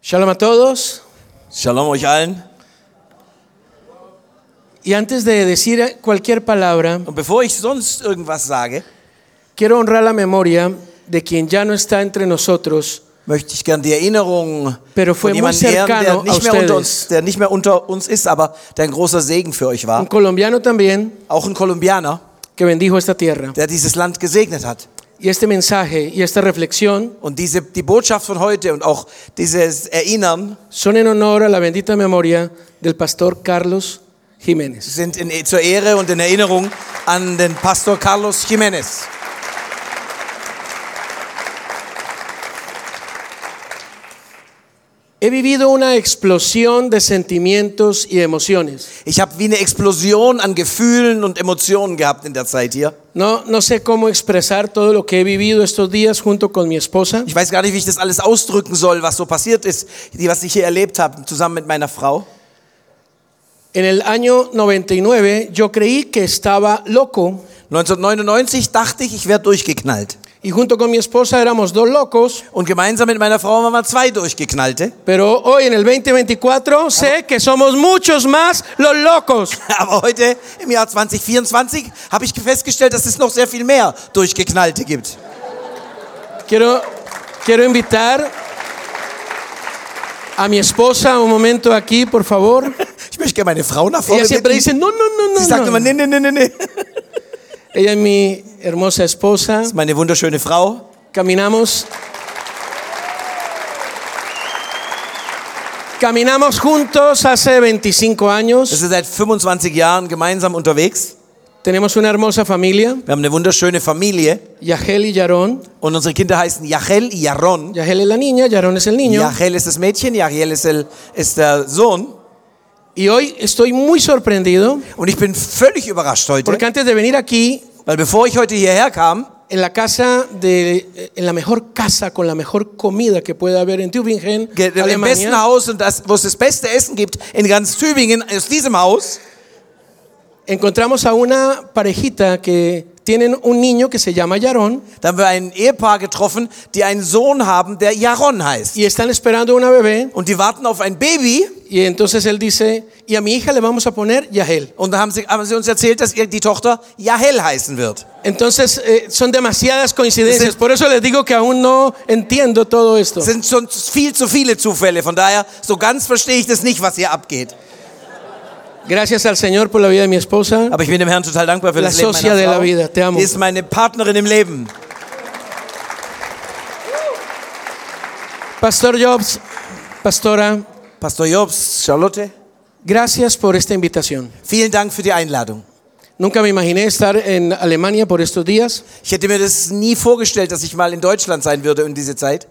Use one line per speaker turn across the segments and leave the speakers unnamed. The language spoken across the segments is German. Shalom a todos.
Shalom euch allen.
Y antes de decir cualquier palabra,
Und bevor ich sonst irgendwas sage,
quiero honrar la memoria de quien ya no está entre nosotros,
möchte ich gern die Erinnerung
Pero fue
von jemandem
muy
ehren,
cercano
der
a
nicht, mehr unter
ustedes.
uns, der nicht mehr unter uns ist, aber der ein großer Segen für euch
un
war.
colombiano también,
Auch ein Kolumbianer,
que bendijo esta tierra.
der dieses Land gesegnet hat.
Y este mensaje y esta reflexión
Und diese, die Botschaft von heute und auch dieses Erinnern
son en honor a la bendita memoria del pastor Carlos Jiménez.
sind in, zur Ehre und in Erinnerung an den Pastor Carlos Jiménez.
He vivido una explosión de sentimientos y emociones.
Ich habe wie eine Explosion an Gefühlen und Emotionen gehabt in der Zeit hier.
No, no sé cómo expresar todo lo que he vivido estos días junto con mi esposa.
Ich weiß gar nicht, wie ich das alles ausdrücken soll, was so passiert ist, die, was ich hier erlebt habe, zusammen mit meiner Frau.
En el año 99 yo creí que estaba loco
1999 dachte ich, ich werde durchgeknallt.
y junto con mi esposa éramos dos locos,
Und gemeinsam mit meiner Frau waren wir zwei Durchgeknallte.
pero hoy en el 2024 sé que somos muchos más los locos.
Aber heute, im Jahr 2024, habe ich festgestellt, dass es noch sehr viel mehr Durchgeknallte gibt.
Quiero, quiero invitar a mi esposa un momento aquí, por favor.
Ich möchte gerne meine Frau nach vorne
Ella siempre
bitten.
dice,
Sie
no, no, no, no.
sagt
no".
immer, nee, nee, nee, nee, nee. Das
Ella es mi hermosa esposa.
ist meine wunderschöne Frau.
Caminamos. Caminamos juntos hace 25
Wir
años.
sind seit 25 Jahren gemeinsam unterwegs.
Tenemos una hermosa familia,
Wir haben eine wunderschöne Familie.
Yahel y Yaron.
Und unsere Kinder heißen Yachel, Yaron.
Yahel es la niña, Yaron es el niño.
Yachel ist das Mädchen, Yachel ist, el, ist der Sohn.
Y hoy estoy muy sorprendido
Und ich bin völlig überrascht heute,
porque antes de venir aquí,
weil bevor ich heute hierher kam,
en la casa de, eh, en la mejor casa con la mejor comida que pueda haber en Tübingen,
Ge- Im besten
Alemania,
Haus und das, wo es das beste Essen gibt in ganz Tübingen, aus diesem Haus,
encontramos a una parejita que tienen un niño que se llama Yaron
da haben wir ein Ehepaar getroffen, die einen Sohn haben, der Jaron heißt.
y están esperando una bebé.
Und die warten auf ein Baby
Y entonces él dice, y a mi hija le vamos a poner Yahel.
und da haben sie, haben sie uns erzählt, dass ihr die Tochter Jahel heißen wird.
Entonces eh, son demasiadas coincidencias. Por eso les digo que aún no entiendo todo esto.
Das sind schon viel zu viele Zufälle, von daher, so ganz verstehe ich das nicht, was hier abgeht.
Gracias al Señor por la vida de mi esposa.
Aber ich bin dem Herrn total dankbar für
La
das Leben
socia de la
meiner Frau.
vida, te amo.
Die ist meine Partnerin im Leben.
Pastor Jobs, pastora,
Pastor Jobs, Charlotte,
gracias por esta invitación.
vielen Dank für die Einladung.
Nunca me imaginé estar en Alemania por estos días.
Ich hätte mir das nie vorgestellt, dass ich mal in Deutschland sein würde in diese Zeit.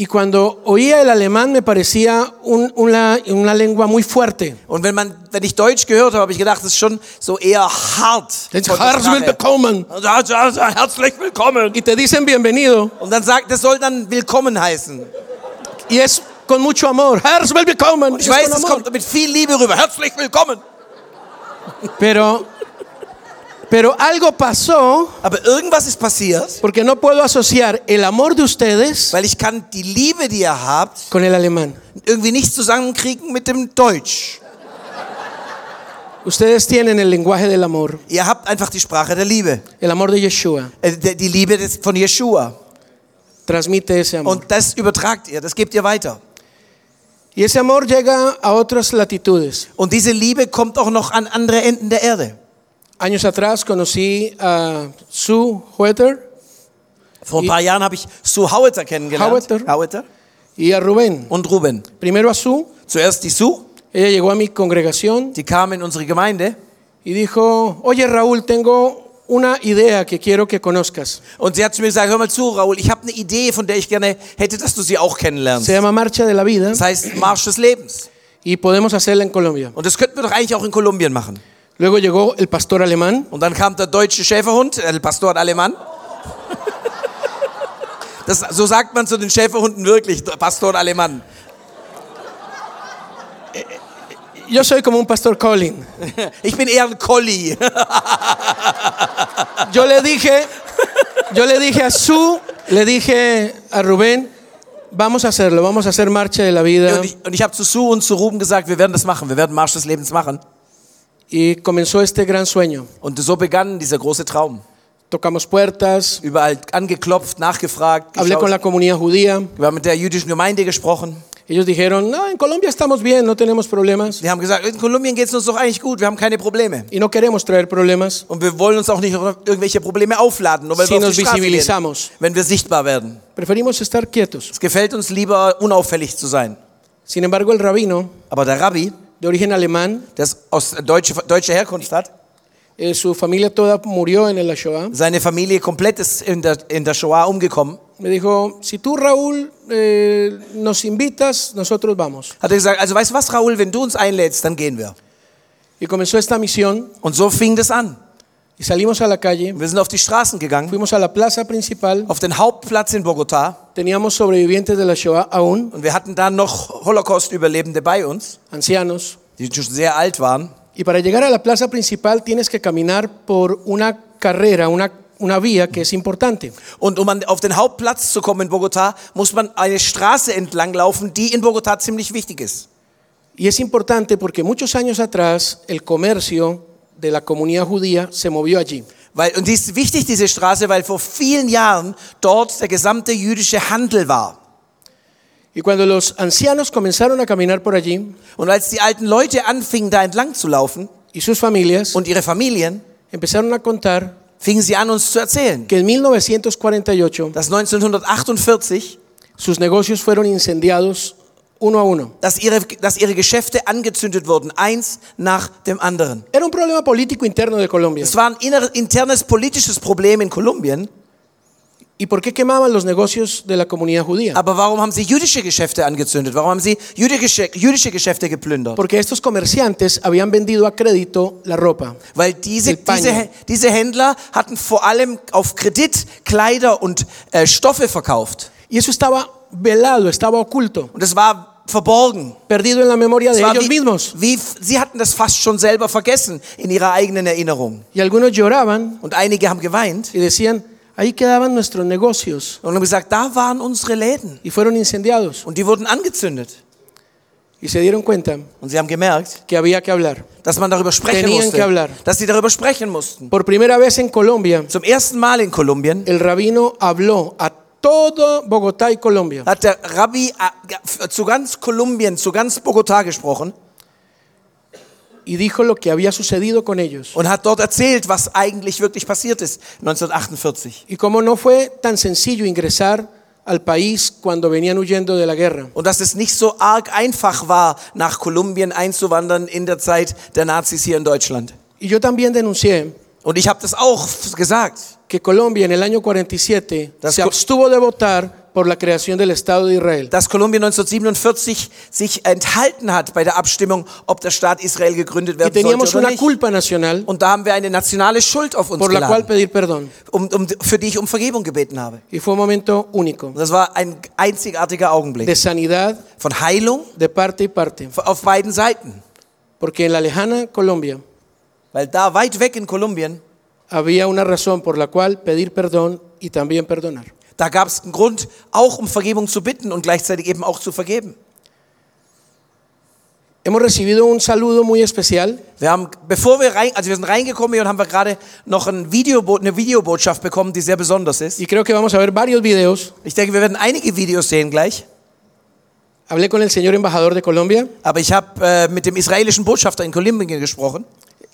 Y cuando oía el alemán me parecía un- una, una lengua muy fuerte.
Und wenn man, wenn ich Deutsch gehört habe, habe ich gedacht, das ist schon so eher hart. von der Sprache. Und da- da- da- Herzlich willkommen.
Y te dicen bienvenido.
Und dann sagt, das soll dann willkommen heißen.
Y es con mucho amor. Herzlich willkommen. Es
Ich weiß,
con
es
amor.
kommt mit viel Liebe rüber. Herzlich willkommen.
Pero, pero algo pasó
Aber irgendwas ist passiert,
porque no puedo asociar el amor de ustedes
weil ich kann die Liebe, die ihr habt,
con el alemán.
irgendwie nicht zusammenkriegen mit dem Deutsch.
Ustedes tienen el lenguaje del amor,
Ihr habt einfach die Sprache der Liebe.
el amor de Yeshua.
Äh, der- Die Liebe des, von Yeshua.
Transmite ese amor.
Und das übertragt ihr, das gebt ihr weiter.
Y ese amor llega a otras latitudes.
Und diese Liebe kommt auch noch an andere Enden der Erde.
Años atrás conocí a Sue Hueter
Vor ein paar Jahren habe ich Sue Howitzer kennengelernt.
Howitzer.
Howitzer
y a Rubén.
und Ruben.
Primero a Sue,
Zuerst die Sue,
ella llegó a mi congregación
die kam in unsere Gemeinde
y dijo, oye Raúl, tengo una idea que quiero que conozcas.
und sie hat zu mir gesagt, hör mal zu, Raoul, ich habe eine Idee, von der ich gerne hätte, dass du sie auch kennenlernst.
Se llama Marcha de la Vida
Das heißt Marsch des Lebens.
y podemos hacerla en Colombia.
Und das könnten wir doch eigentlich auch in Kolumbien machen.
Luego llegó el pastor alemán
Und dann kam der deutsche Schäferhund, El Pastor Alemann. Das, so sagt man zu den Schäferhunden wirklich, Pastor Alemann.
Yo soy como un pastor Colin.
Ich bin eher ein Collie.
Yo le dije, yo le dije a Sue, le dije a Rubén, Vamos a hacerlo, vamos a hacer marcha de la vida.
Und ich, und ich habe zu Sue und zu Ruben gesagt, wir werden das machen, wir werden Marsch des Lebens machen.
Y comenzó este gran sueño.
Und so begann dieser große Traum.
Tocamos puertas,
Überall angeklopft, nachgefragt,
hablé
geschaut.
con la comunidad judía.
wir haben mit der jüdischen Gemeinde gesprochen.
Ellos dijeron, no, en Colombia estamos bien, no tenemos problemas
Die haben gesagt, in Kolumbien geht es uns doch eigentlich gut, wir haben keine Probleme.
y no queremos traer problemas.
Und wir wollen uns auch nicht noch irgendwelche Probleme aufladen, nur weil
Si
wir auf
nos
die Straße gehen,
visibilizamos.
wenn wir sichtbar werden.
Preferimos estar quietos.
Es gefällt uns lieber, unauffällig zu sein.
Sin embargo, el rabino,
Aber der Rabbi,
de origen alemán,
der es aus deutsche, deutscher Herkunft hat,
eh, su familia toda murió en el Shoah,
seine Familie komplett ist in der, in der Shoah umgekommen,
me dijo, si tú, Raúl, eh, nos invitas, nosotros vamos.
hat er gesagt, also weißt du was, Raoul, wenn du uns einlädst, dann gehen wir.
Y comenzó esta misión
Und so fing das an.
y salimos a la calle,
Wir sind auf die Straßen gegangen,
fuimos a la plaza principal,
auf den Hauptplatz in Bogotá
teníamos sobrevivientes de la Shoah aún,
und wir hatten da noch Holocaust-Überlebende bei uns,
ancianos.
die schon sehr alt waren.
Y para llegar a la plaza principal tienes que caminar por una carrera, una, una vía que es importante.
Und um an, auf den Hauptplatz zu kommen in Bogotá, muss man eine Straße entlang laufen, die in Bogotá ziemlich wichtig ist.
Y es importante porque muchos años atrás el comercio de la comunidad judía se movió allí.
Weil, und die ist wichtig, diese Straße, weil vor vielen Jahren dort der gesamte jüdische Handel war.
Y cuando los ancianos comenzaron a caminar por allí
Und als die alten Leute anfingen, da entlang zu laufen
y sus familias,
und ihre Familien,
empezaron a contar
fingen sie an, uns zu erzählen,
que en 1948
dass 1948,
sus negocios fueron incendiados uno a uno.
dass ihre, dass ihre Geschäfte angezündet wurden, eins nach dem anderen.
Era un problema político interno de Colombia.
Es war ein inner, internes politisches Problem in Kolumbien,
¿Y por qué quemaban los negocios de la comunidad judía?
aber warum haben sie jüdische Geschäfte angezündet? Warum haben sie jüdische, jüdische Geschäfte geplündert?
Porque estos comerciantes habían vendido a crédito la ropa.
Weil diese,
El paño.
diese, diese Händler hatten vor allem auf Kredit Kleider und äh, Stoffe verkauft.
Y eso estaba velado, estaba oculto,
Und es war verborgen.
perdido en la memoria
Es
de
war
ellos
wie,
mismos.
wie, f- sie hatten das fast schon selber vergessen in ihrer eigenen Erinnerung.
Y algunos lloraban
Und einige haben geweint
y decían, ahí quedaban nuestros negocios
und haben gesagt, da waren unsere Läden.
y fueron incendiados.
Und die wurden angezündet.
Y se dieron cuenta
Und sie haben gemerkt,
que había que hablar.
dass man darüber sprechen
Tenían que hablar.
musste. Dass sie darüber sprechen mussten.
Por primera vez en Colombia,
Zum ersten Mal in Kolumbien
el rabino habló a todo Bogotá y Colombia.
hat der Rabbi äh, zu ganz Kolumbien, zu ganz Bogotá gesprochen.
y dijo lo que había sucedido con ellos.
und hat dort erzählt, was eigentlich wirklich passiert ist 1948.
Y cómo no fue tan sencillo ingresar al país cuando venían huyendo de la guerra.
Und dass es nicht so arg einfach war, nach Kolumbien einzuwandern in der Zeit der Nazis hier in Deutschland.
Y yo también denuncié
Und ich habe das auch f- gesagt,
que Colombia en el año 47
Das
se
Co-
abstuvo de votar por la creación del Estado de Israel.
dass Kolumbien 1947 sich enthalten hat bei der Abstimmung, ob der Staat Israel gegründet
Y
werden
teníamos
sollte oder
una
nicht.
culpa nacional
Und da haben wir eine nationale Schuld auf uns
por la cual
geladen,
pedir perdón.
um, um, für die ich um Vergebung gebeten habe.
Y fue un momento único
Und das war ein einzigartiger
de
Augenblick
sanidad
von Heilung
de parte y parte.
auf beiden Seiten.
Porque en la lejana Colombia
Weil da weit weg in Kolumbien
había una razón por la cual pedir perdón y también perdonar.
Da gab es einen Grund, auch um Vergebung zu bitten und gleichzeitig eben auch zu vergeben.
Hemos recibido un saludo muy especial
Wir haben, bevor wir rein, also wir sind reingekommen hier und haben wir gerade noch ein Video, eine Videobotschaft bekommen, die sehr besonders ist.
y creo que vamos a ver varios videos.
Ich denke, wir werden einige Videos sehen gleich.
Hablé con el señor embajador de Colombia,
Aber ich habe äh, mit dem israelischen Botschafter in Kolumbien gesprochen.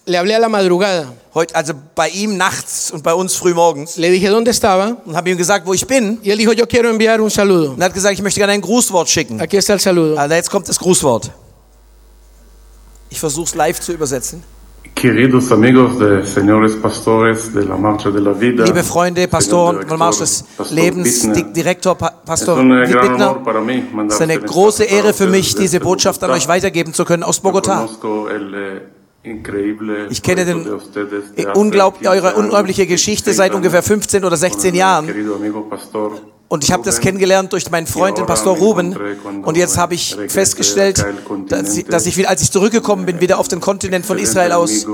le hablé a la madrugada,
Heute, also bei ihm nachts und bei uns früh morgens.
le dije dónde estaba
Und habe ihm gesagt, wo ich bin.
y él dijo yo quiero enviar un saludo.
Und hat gesagt, ich möchte gerne ein Grußwort schicken.
Aquí está el saludo.
Also jetzt kommt das Grußwort. Ich versuche es live zu übersetzen.
Queridos amigos de señores pastores de la Marcha de la Vida,
Liebe Freunde, Pastoren von Marsch des
Pastor
Lebens,
Bittner,
Di- Direktor, Pa-
es
Pastor
un eh, gran honor
Bittner,
para mí
es
mandar
ist eine große Ehre für mich, diese Botschaft an euch weitergeben zu können aus Bogotá.
Conozco el, eh, increíble
Ich kenne den-
proyecto de ustedes de
Eh,
hace
Unglaub,
15
eure
años,
unglaubliche Geschichte
16
seit
años,
ungefähr 15 oder 16
con el
Jahren.
querido amigo Pastor
Und ich habe das
Rubén.
kennengelernt durch meinen Freund, den Pastor Ruben. Und jetzt habe ich festgestellt, dass ich, dass ich, wieder- als ich zurückgekommen bin, wieder auf den Kontinent von Israel aus,
eh,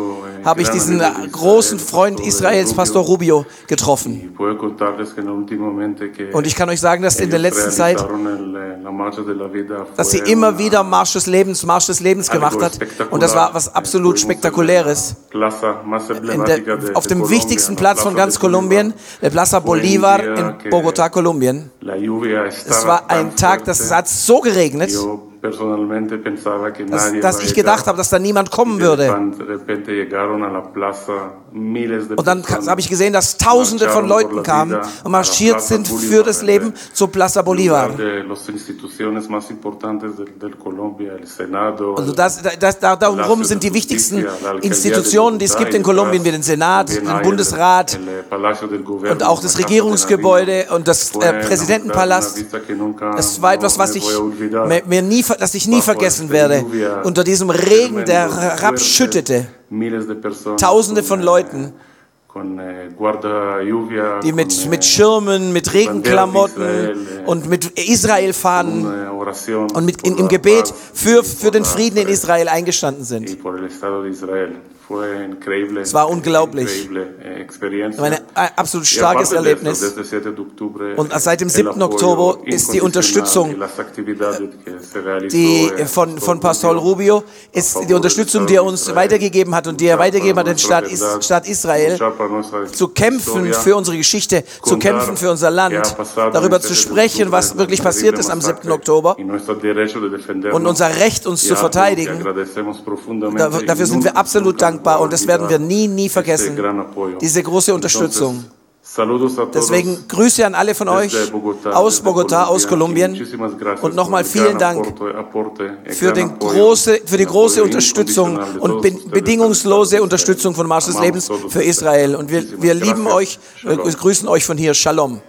habe ich diesen äh, großen Freund Israels, Pastor Rubio, getroffen.
Y puedo contarles que en el último momento que
Und ich kann euch sagen, dass in der
ellos
letzten Zeit,
realizaron el, eh, la marcha de la vida
dass sie
fue
immer
una-
wieder Marsch des Lebens, Marsch des Lebens
algo
gemacht hat.
espectacular.
Und das war was
Eh,
absolut
estuvimos en la
Spektakuläres.
plaza más
In
emblemática de-
der, auf
de
dem
Colombia,
wichtigsten
la
Platz
plaza
von
de
ganz
Bolívar.
Kolumbien, der Plaza Bolívar in Bogotá, Kolumbien.
La lluvia estaba
Es war
tan
ein Tag, das es
fuerte.
hat so geregnet,
Yo personalmente pensaba que
dass,
nadie
dass
iba a
ich
llegar.
gedacht habe, dass da niemand
Y
kommen
de
würde.
repente- De repente llegaron a la plaza miles de
Und dann ka-
personas.
habe ich gesehen, dass Tausende von Leuten kamen und marschiert sind für das Leben zur Plaza
Lugar
Bolívar.
de las instituciones más importantes del, del Colombia, el Senado.
Also
el-
das, das, da, darum rum sind die wichtichten Institutionen, die es gibt in Kolumbien, wie den Senat, den Bundesrat
und
und auch das Regierungsgebäude und das äh, Präsidentenpalast. Es war etwas, was ich mir, mir nie, ver- das ich nie vergessen werde. Unter diesem Regen, der herabschüttete,
Tausende von Leuten, die
die mit, mit Schirmen, mit Regenklamotten und mit Israelfahnen und
und
mit, in, im Gebet für, für den Frieden in Israel eingestanden sind.
Es war unglaublich. eh,
Das war ein
Meine
a- äh, absolut
starkes Erlebnis. Und seit dem 7. Oktober ist die Unterstützung,
Die äh, von, von Pastor Rubio ist die Unterstützung, die er uns weitergegeben hat und die er weitergegeben hat, den Staat, Is Staat Israel, zu kämpfen für unsere Geschichte, zu kämpfen für unser Land, darüber zu sprechen, was wirklich passiert ist am 7. Oktober und
und
unser Recht, uns zu verteidigen. Da-
Dafür sind wir absolut dankbar und das werden wir nie, nie vergessen. Diese große Unterstützung.
Deswegen Grüße an alle von euch aus Bogotá, aus Kolumbien.
Und nochmal vielen Dank
für,
für,
den große, für die große Unterstützung und be bedingungslose Unterstützung von Marsch des Lebens für Israel. Und wir, wir lieben euch, wir grüßen euch von hier. Shalom.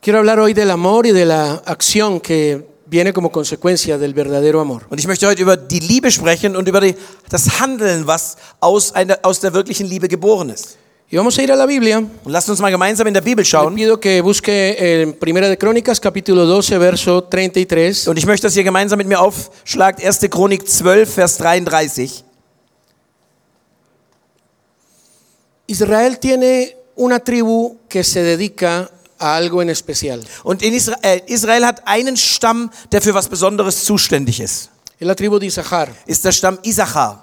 Quiero hablar hoy del amor y de la acción que viene como consecuencia del verdadero amor.
Und ich möchte heute über die Liebe sprechen und über die, das Handeln, was aus, einer, aus der wirklichen Liebe geboren ist.
Y vamos a ir a la Biblia.
Und lasst uns mal gemeinsam in der Bibel
Te
schauen.
pido que busque en Primera de Crónicas, capítulo 12, verso 33.
Und ich möchte, dass ihr gemeinsam mit mir aufschlagt. 1. Chronik 12, Vers 33.
Israel tiene una tribu que se dedica a algo en especial.
Und in Israel, Israel hat einen Stamm, der für was Besonderes zuständig ist.
Es la tribu de Isahar.
Ist der Stamm Isachar.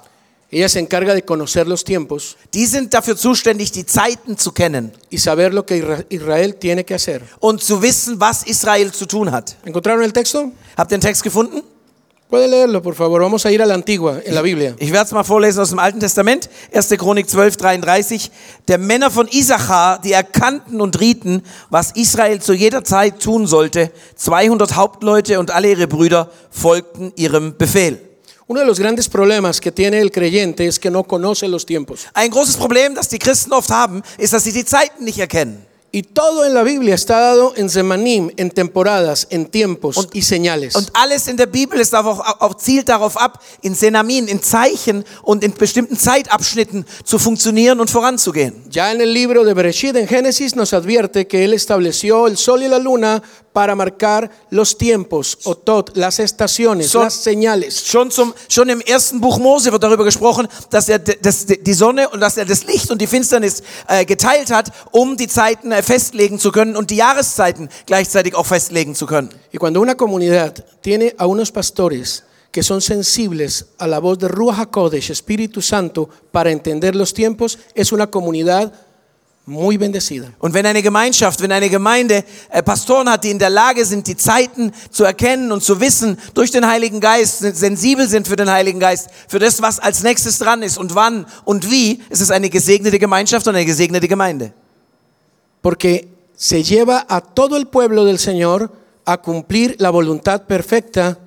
Ella se encarga de conocer los tiempos
Die sind dafür zuständig, die Zeiten zu kennen
y saber lo que Isra- Israel tiene que hacer.
und zu wissen, was Israel zu tun hat.
¿Encontraron el texto?
Habt ihr den Text gefunden?
Puede leerlo, por favor. Vamos a ir a la antigua, en la Biblia.
Ich werde es mal vorlesen aus dem Alten Testament. 1. Chronik 12, 33. Der Männer von Isachar, die erkannten und rieten, was Israel zu jeder Zeit tun sollte. 200 Hauptleute und alle ihre Brüder folgten ihrem Befehl.
Uno de los grandes problemas que tiene el creyente es que no conoce los tiempos.
Ein großes Problem, das die Christen oft haben, ist, dass sie die Zeiten nicht erkennen.
Y todo en la Biblia está dado en semanim, en temporadas, en tiempos y señales.
Und alles in der Bibel ist darauf, auch zielt darauf ab, in Senamin, in Zeichen und in bestimmten Zeitabschnitten zu funktionieren und voranzugehen.
ya en el libro de Bereshit en Génesis nos advierte que él estableció el sol y la luna para marcar los tiempos, otot, las estaciones,
Son-
las señales.
Schon, zum, schon im ersten Buch Mose wird darüber gesprochen, dass er de- das, de- die Sonne und dass er das Licht und die Finsternis äh, geteilt hat, um die Zeiten äh, festlegen zu können und die Jahreszeiten gleichzeitig auch festlegen zu können.
Y cuando una comunidad tiene a unos pastores que son sensibles a la voz de Ruach HaKodesh, Espíritu Santo, para entender los tiempos, es una comunidad muy bendecida.
Und wenn eine Gemeinschaft, wenn eine Gemeinde äh, Pastoren hat, die in der Lage sind, die Zeiten zu erkennen und zu wissen, durch den Heiligen Geist, sen- sensibel sind für den Heiligen Geist, für das, was als nächstes dran ist und wann und wie, es ist eine gesegnete Gemeinschaft und eine gesegnete Gemeinde.
Porque se lleva a todo el pueblo del Señor a cumplir la voluntad perfecta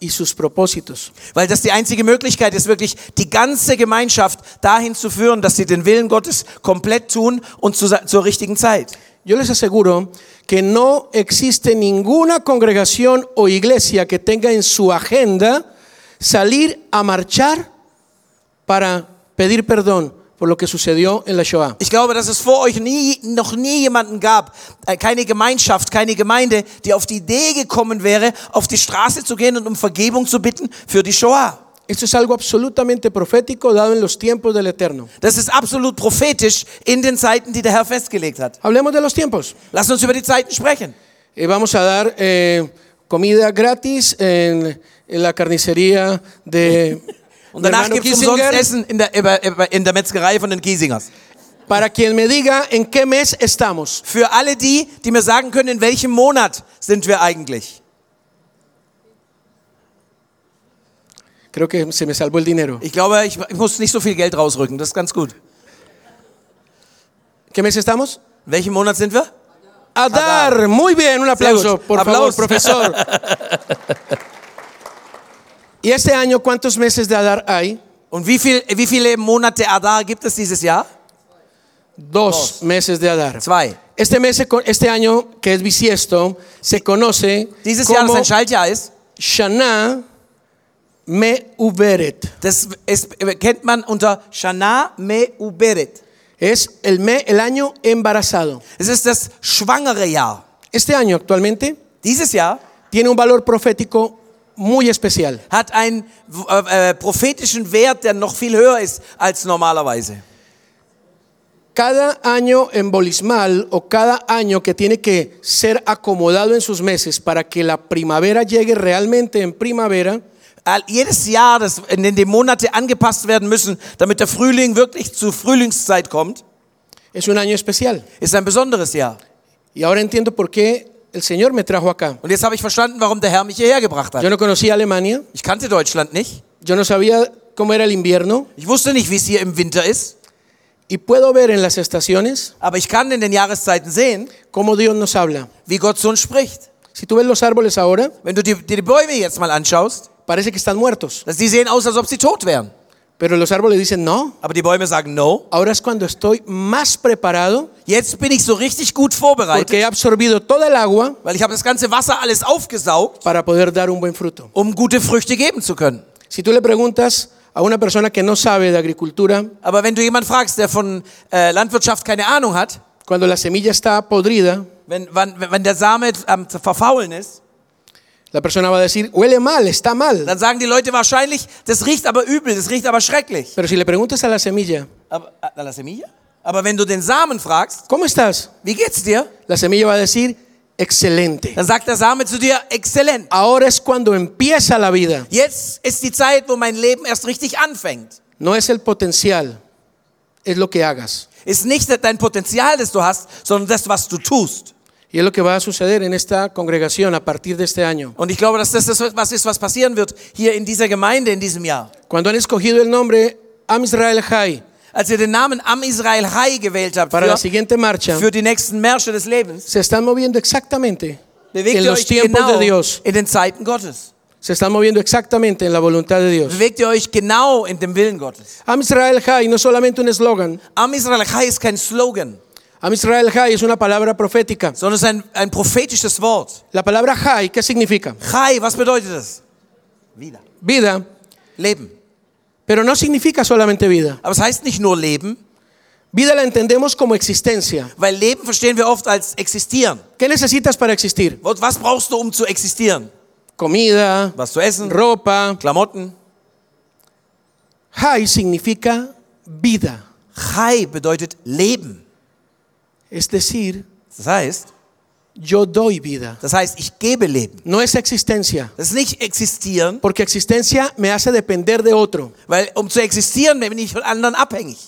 y sus propósitos.
Weil das die einzige Möglichkeit ist, wirklich die ganze Gemeinschaft dahin zu führen, dass sie den Willen Gottes komplett tun und zu, zur richtigen Zeit.
Yo les aseguro que no existe ninguna congregación o iglesia que tenga en su agenda salir a marchar para pedir perdón por lo que sucedió en la Shoah.
Ich glaube, dass es vor euch nie, noch nie jemanden gab, äh, keine Gemeinschaft, keine Gemeinde, die auf die Idee gekommen wäre, auf die Straße zu gehen und um Vergebung zu bitten für die Shoah.
Esto es algo absolutamente profético dado en los tiempos del Eterno.
Das ist absolut prophetisch in den Zeiten, die der Herr festgelegt hat.
Hablemos de los tiempos.
Lass uns über die Zeiten sprechen.
Eh, vamos a dar eh, comida gratis en, en la carnicería de
Und danach
Hermano
gibt es umsonst
Kiesinger.
Essen in der, über- über- in der Metzgerei von den Kiesingers.
Para quien me diga en qué mes estamos.
Für alle die, die mir sagen können, in welchem Monat sind wir eigentlich?
Creo que se me salvó el dinero.
Ich glaube, ich, ich muss nicht so viel Geld rausrücken, das ist ganz gut.
¿Qué mes estamos?
In welchem Monat sind wir?
Adar. Muy bien, un aplauso,
Salud.
por
Aplausos.
favor, profesor. ¿Y este año cuántos meses de Adar hay?
Und wie, viel, wie viele Monate Adar gibt es dieses Jahr?
Dos, meses de Adar.
Zwei.
Este, mes, se co- este año, que es bisiesto, se conoce
Dieses Jahr, das
como
ein Schaltjahr ist,
Shana Me Uberet.
das ist, kennt man unter Shana Me Uberet.
Es el, me- el año embarazado.
Es ist das schwangere Jahr.
Este año actualmente
Dieses Jahr
tiene un valor profético muy especial.
hat einen äh, äh, prophetischen Wert, der noch viel höher ist als normalerweise.
Cada año en Bolismal o cada año que tiene que ser acomodado en sus meses para que la primavera llegue realmente en primavera,
All- Jedes Jahr, das, in dem die Monate angepasst werden müssen, damit der Frühling wirklich zur Frühlingszeit kommt,
es un año especial.
ist ein besonderes Jahr.
Y ahora entiendo por qué el Señor me trajo acá.
Und jetzt habe ich verstanden, warum der Herr mich hierher gebracht
Yo
hat.
no conocía Alemania,
Ich kannte Deutschland nicht.
yo no sabía cómo era el invierno
Ich wusste nicht, wie es hier im Winter ist.
y puedo ver en las estaciones
Aber ich kann in den Jahreszeiten sehen,
cómo Dios nos habla.
wie Gott zu uns spricht.
Si tú ves los árboles ahora,
Wenn du dir dir die Bäume jetzt mal anschaust,
parece que están muertos,
dass die sehen aus, als ob sie tot wären.
pero los árboles dicen no.
Aber die Bäume sagen, no,
Ahora es cuando estoy más preparado
jetzt bin ich so richtig gut vorbereitet,
porque he absorbido toda el agua
weil ich habe das ganze Wasser alles aufgesaugt,
para poder dar un buen fruto.
um gute Früchte geben zu können.
Si tú le preguntas a una persona que no sabe de agricultura,
Aber wenn du jemanden fragst, der von äh, Landwirtschaft keine Ahnung hat,
cuando la semilla está podrida,
wenn, wann, wenn der Same am Verfaulen ist,
la persona va a decir, huele mal, está mal.
dann sagen die Leute wahrscheinlich, das riecht aber übel, das riecht aber schrecklich.
Pero si le preguntas a la semilla,
Aber, äh, la semilla? aber wenn du den Samen fragst,
¿cómo estás?
wie geht's dir?
La semilla va a decir, excelente.
Dann sagt der Same zu dir, exzellent.
Ahora es cuando empieza la vida,
Jetzt ist die Zeit, wo mein Leben erst richtig anfängt.
no es el potencial, es lo que hagas.
Ist nicht dein Potenzial, das du hast, sondern das, was du tust.
Y es lo que va a suceder en esta congregación a partir de este año.
Und ich glaube, dass das das was ist, was passieren wird hier in dieser Gemeinde in diesem Jahr.
Cuando han escogido el nombre Am Israel High
Als ihr den Namen Am Israel Hai gewählt habt
para la
für,
siguiente marcha,
für die nächsten Märsche des Lebens,
se están moviendo exactamente
bewegt
en
ihr
los
euch
tiempos
genau
de Dios.
in den Zeiten Gottes.
Se están moviendo exactamente en la voluntad de Dios.
Bewegt ihr euch genau in dem Willen Gottes.
Am Israel High no es solamente un eslogan.
Am Israel Hai ist kein Slogan,
Am Israel High es una palabra profética.
sondern es ist ein, ein prophetisches Wort.
La palabra High, ¿qué significa?
Hai, was bedeutet das? Wieder.
Vida,
Leben.
pero no significa solamente vida.
Aber es heißt nicht nur Leben,
Vida la entendemos como existencia.
weil Leben verstehen wir oft als existieren.
¿Qué necesitas para existir?
Und Was brauchst du, um zu existieren?
Comida,
Was zu essen,
ropa.
Klamotten.
High significa vida,
Chai bedeutet Leben.
es decir,
Das heißt,
yo doy vida.
das heißt, ich gebe Leben.
No es existencia,
Das ist nicht existieren,
porque existencia me hace depender de otro.
weil um zu existieren bin ich von anderen abhängig.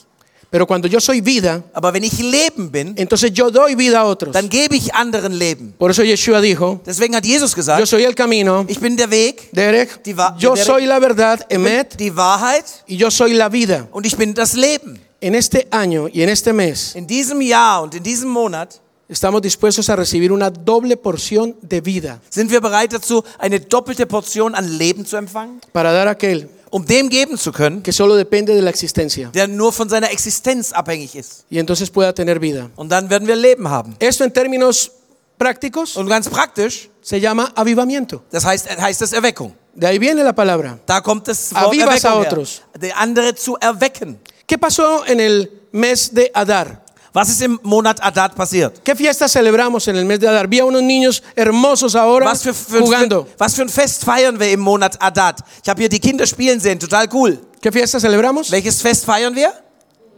Pero cuando yo soy vida,
Aber wenn ich Leben bin,
entonces yo doy vida a otros.
dann gebe ich anderen Leben.
Por eso Yeshua dijo,
Deswegen hat Jesus
yo
gesagt,
soy el camino,
ich bin der Weg,
Derek,
Die Wa-
yo
Derek.
soy la verdad,
ich bin
Emet,
die Wahrheit
y yo soy la vida.
und ich bin das Leben.
En este año y en este mes
In diesem Jahr und in diesem Monat
estamos dispuestos a recibir una doble porción de vida
sind wir bereit dazu, eine doppelte Portion an Leben zu empfangen,
para dar a aquel
um dem geben zu können,
que solo depende de la existencia
der nur von seiner Existenz abhängig ist.
y entonces pueda tener vida.
Und dann werden wir Leben haben.
Esto en términos prácticos
Und ganz praktisch,
se llama avivamiento.
das heißt, äh, heißt das Erweckung.
De ahí viene la palabra.
Da kommt das Wort
Avivas a
Erweckung her.
otros.
Der andere zu erwecken.
¿Qué pasó en el mes de Adar?
Was ist im Monat Adad passiert?
¿Qué fiesta celebramos en el mes de Adar? Vi a unos niños hermosos ahora
Was für, für,
jugando.
für, was für ein Fest feiern wir im Monat Adad? Ich habe hier die Kinder spielen sehen, total cool.
¿Qué fiesta celebramos?
Welches Fest feiern wir?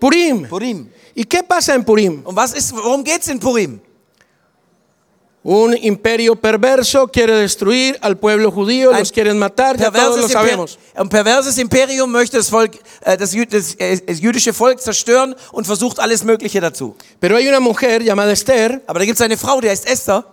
Purim.
Purim.
¿Y qué pasa en Purim?
Und was ist, worum geht's in Purim?
Un imperio perverso quiere destruir al pueblo judío,
Ein
los quieren matar, ya todos lo
Perverses
sabemos.
Imper- ein perverses Imperium möchte das, Volk, äh, das, Jü- das, äh, das jüdische Volk zerstören und versucht alles Mögliche dazu.
Pero hay una mujer llamada Esther,
Aber da gibt es eine Frau, die heißt Esther.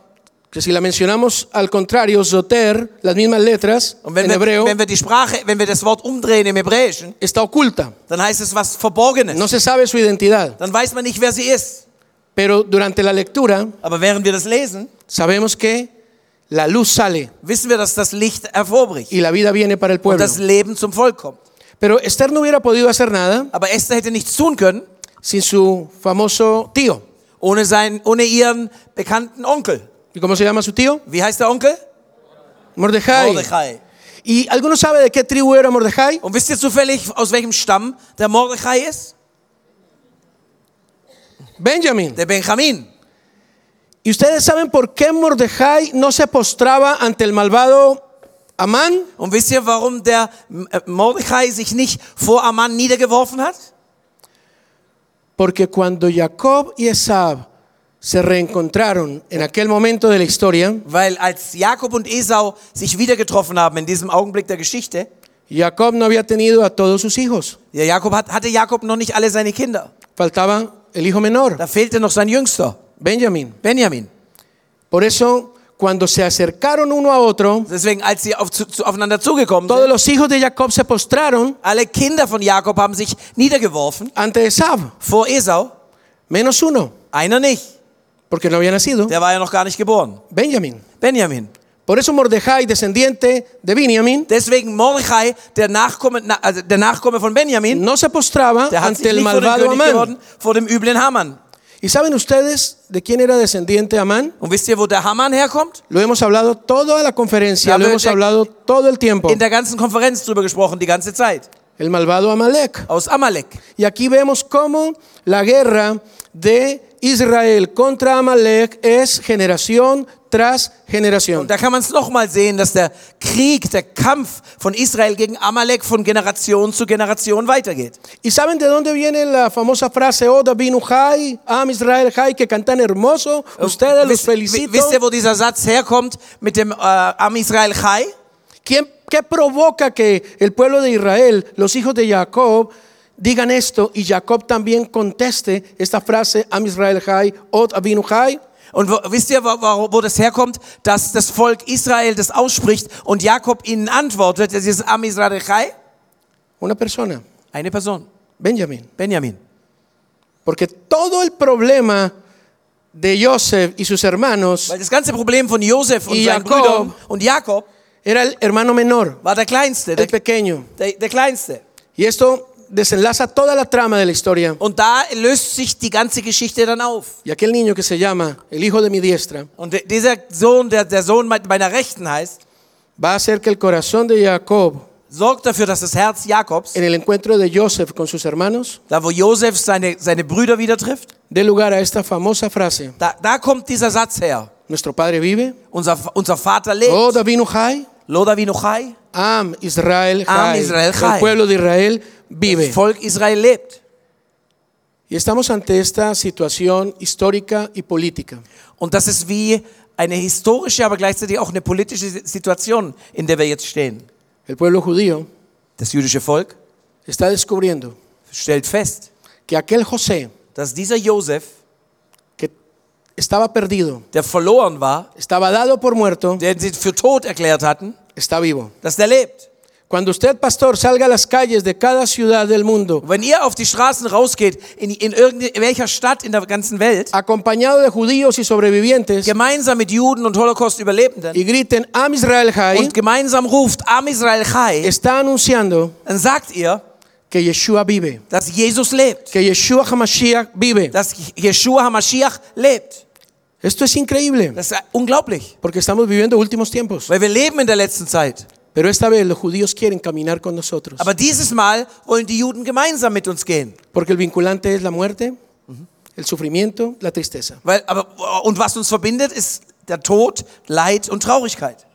que si la mencionamos al contrario, Zoter, las mismas letras
Und wenn
en
wir,
hebreo,
wenn wir die Sprache, wenn wir das Wort umdrehen im Hebräischen,
está oculta.
dann heißt es was Verborgenes.
No se sabe su identidad.
Dann weiß man nicht, wer sie ist.
Pero durante la lectura
Aber während wir das lesen,
sabemos que la luz sale
wissen wir, dass das Licht hervorbricht
y la vida viene para el
und
pueblo.
das Leben zum Volk kommt.
Pero Esther no hubiera podido hacer nada
Aber Esther hätte nichts tun können
sin su famoso tío.
ohne, seinen, ohne ihren bekannten Onkel.
¿Y cómo se llama su tío?
Wie heißt der Onkel?
Mordejai.
Mordechai.
¿Y alguno sabe de qué tribu era Mordejai?
Und wisst ihr zufällig, aus welchem Stamm der Mordechai ist?
Benjamin.
Der Benjamin.
¿Y ustedes saben por qué Mordejai no se postraba ante el malvado Amán?
Und wisst ihr, warum der äh, Mordechai sich nicht vor Amman niedergeworfen hat?
Porque cuando Jacob y Esab se reencontraron en aquel momento de la historia,
Weil als Jakob und Esau sich wieder getroffen haben in diesem Augenblick der Geschichte,
Jacob no había tenido a todos sus hijos.
ja, Jakob hat, hatte Jakob noch nicht alle seine Kinder.
Faltaba el hijo menor,
Da fehlte noch sein Jüngster,
Benjamín.
Benjamin.
Por eso, cuando se acercaron uno a otro,
Deswegen, als sie auf, zu, zu, aufeinander zugekommen
todos
sind,
los hijos de Jacob se postraron
alle Kinder von Jakob haben sich niedergeworfen
ante Esab,
vor Esau.
menos uno,
Einer nicht,
porque no había nacido,
der war ja noch gar nicht geboren,
Benjamín.
Benjamin.
Por eso Mordejai, descendiente de Benjamín,
Deswegen Mordechai, der Nachkomme, na- also der Nachkomme von Benjamin,
no se postraba
der hat
ante
sich
el
nicht vor den
malvado
König
Amán.
geworden, vor dem üblen Haman.
¿Y saben ustedes de quién era descendiente Amán?
Und wisst ihr, wo der Haman herkommt?
Lo hemos hablado toda la conferencia,
Ya
lo
lo-
hemos hablado todo el tiempo.
In der ganzen Konferenz drüber gesprochen, die ganze Zeit.
El malvado Amalek.
Aus Amalek.
Y aquí vemos cómo la guerra de Israel contra Amalek es generación tras generación.
Und da kann man es nochmal sehen, dass der Krieg, der Kampf von Israel gegen Amalek von Generation zu Generation weitergeht.
¿Y saben de dónde viene la famosa frase, oh Davinu Jai, Am Israel Jai, que cantan hermoso?
Oh,
Ustedes los
Wisst- wi-
felicito.
wisst ihr, wo dieser Satz herkommt mit dem äh, Am Israel Chai?
¿Quién, ¿Qué provoca que el pueblo de Israel, los hijos de Jacob, digan esto y Jacob también conteste esta frase, Am Israel "Oh, Jai, Od Avinu Jai?
Und wo, wisst ihr, wo, wo, wo das herkommt? Dass das Volk Israel das ausspricht und Jakob ihnen antwortet, das ist Am Israel Chai?
Una persona,
Eine Person,
Benjamín.
Benjamin.
Porque todo el problema de Joseph y sus hermanos
Weil das ganze Problem von Josef und
Und
seinen
Jakob.
Brüdern und Jakob
era el hermano menor,
war der Kleinste, der,
el pequeño.
der, der Kleinste.
Y esto desenlaza toda la trama de la historia.
Und da löst sich die ganze Geschichte dann auf.
Y aquel niño que se llama el hijo de mi diestra
Und de- dieser Sohn, der, der Sohn me- meiner Rechten heißt,
va a hacer que el corazón de Jacob
sorgt dafür, dass das Herz Jakobs,
en el encuentro de Joseph con sus hermanos
da wo Josef seine, seine Brüder wieder trifft,
dé lugar a esta famosa frase,
da, da kommt dieser Satz her.
nuestro padre vive,
Unser, unser Vater lebt.
oh Davinu Jai,
Loda Vinochai,
Am Israel
Am
Jai,
Israel
el
Jai.
pueblo de Israel vive.
das Volk Israel lebt.
Y estamos ante esta situación histórica y política.
Und das ist wie eine historische, aber gleichzeitig auch eine politische Si- Situation, in der wir jetzt stehen.
El pueblo judío
Das jüdische Volk
está descubriendo
stellt fest,
que aquel José
dass dieser Josef,
que estaba perdido,
der verloren war,
estaba dado por muerto,
den sie für tot erklärt hatten,
está vivo.
dass der lebt.
Cuando usted, pastor, salga a las calles de cada ciudad del mundo,
Und wenn ihr auf die Straßen rausgeht, in, in irgendwelcher Stadt in der ganzen Welt,
acompañado de judíos y sobrevivientes,
gemeinsam mit Juden und Holocaust-Überlebenden
y griten Am Israel Jai,
und gemeinsam ruft Am Israel Chai,
está anunciando
dann sagt ihr,
que Yeshua vive,
dass Jesus lebt,
que Yeshua HaMashiach vive.
dass Yeshua HaMashiach lebt.
Esto es increíble,
Das ist unglaublich,
porque estamos viviendo últimos tiempos.
weil wir leben in der letzten Zeit.
Pero esta vez los judíos quieren caminar con nosotros.
Aber dieses Mal wollen die Juden gemeinsam mit uns gehen.
Porque el vinculante es la muerte, el sufrimiento, la tristeza.
Weil, aber, und was uns verbindet, ist der Tod, Leid und Traurigkeit.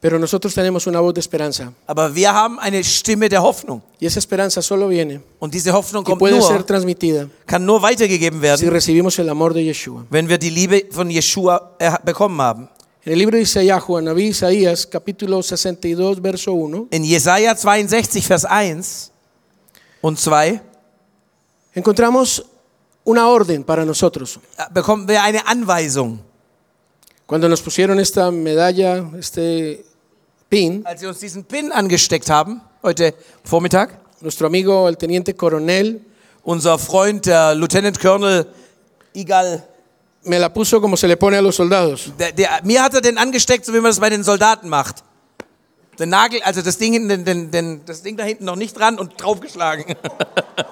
Pero nosotros tenemos una voz de esperanza.
Aber wir haben eine Stimme der Hoffnung.
Y esa esperanza solo viene
Und diese Hoffnung
y
kommt
puede ser
nur,
transmitida
kann nur weitergegeben
si
werden,
recibimos el amor de Yeshua.
wenn wir die Liebe von Jeshua erha- bekommen haben.
En el libro de Isaías, Juan Nabi Isaías, capítulo 62, verso 1,
In Jesaja 62, Vers 1 und 2
encontramos una orden para nosotros.
äh, bekommen wir eine Anweisung.
Cuando nos pusieron esta medalla, este pin,
Als sie uns diesen Pin angesteckt haben, heute Vormittag,
nuestro amigo el teniente coronel
unser Freund, der Lieutenant Colonel Igal,
me la puso como se le pone a los soldados.
der, der, mir hat er den angesteckt, so wie man das bei den Soldaten macht. Den Nagel, also das Ding, hinten, den, den, den, das Ding da hinten noch nicht dran und draufgeschlagen.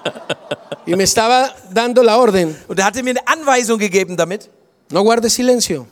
Y me estaba dando la orden,
Und er hatte mir eine Anweisung gegeben damit. Äh,
no guarde silencio.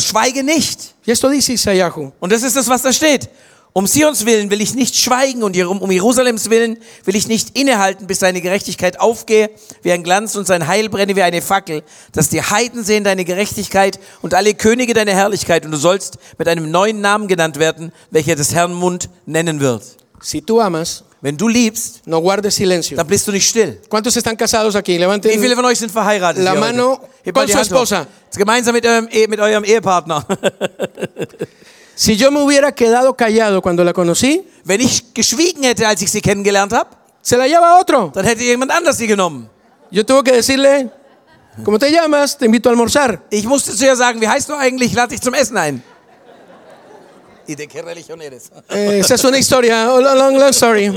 Schweige nicht.
Y esto dice Isaías.
Und das ist das, was da steht. Um Sions willen will ich nicht schweigen und Jerum- um Jerusalems willen will ich nicht innehalten, bis seine Gerechtigkeit aufgehe wie ein Glanz und sein Heil brenne wie eine Fackel, dass die Heiden sehen deine Gerechtigkeit und alle Könige deine Herrlichkeit und du sollst mit einem neuen Namen genannt werden, welcher des Herrn Mund nennen wird.
Si tú amas,
Wenn du liebst,
no guardes silencio.
dann bist du nicht still.
¿Cuántos están casados aquí?
Wie viele
Levanten.
von euch sind verheiratet?
La
hier
mano
heute? Hebt mal
con
die
su
Hand hoch.
esposa.
Gemeinsam mit eurem, Ehe- mit eurem Ehepartner.
Si yo me hubiera quedado callado cuando la conocí,
Wenn ich geschwiegen hätte, als ich sie kennengelernt habe,
se la lleva otro.
dann hätte jemand anders sie genommen.
Yo tuve que decirle, ¿cómo te llamas? Te invito a almorzar.
Ich musste zu ihr sagen, wie heißt du eigentlich? Lade dich zum Essen ein. Y de qué religión eres?
Eh, esa es una historia, a long, long, long story.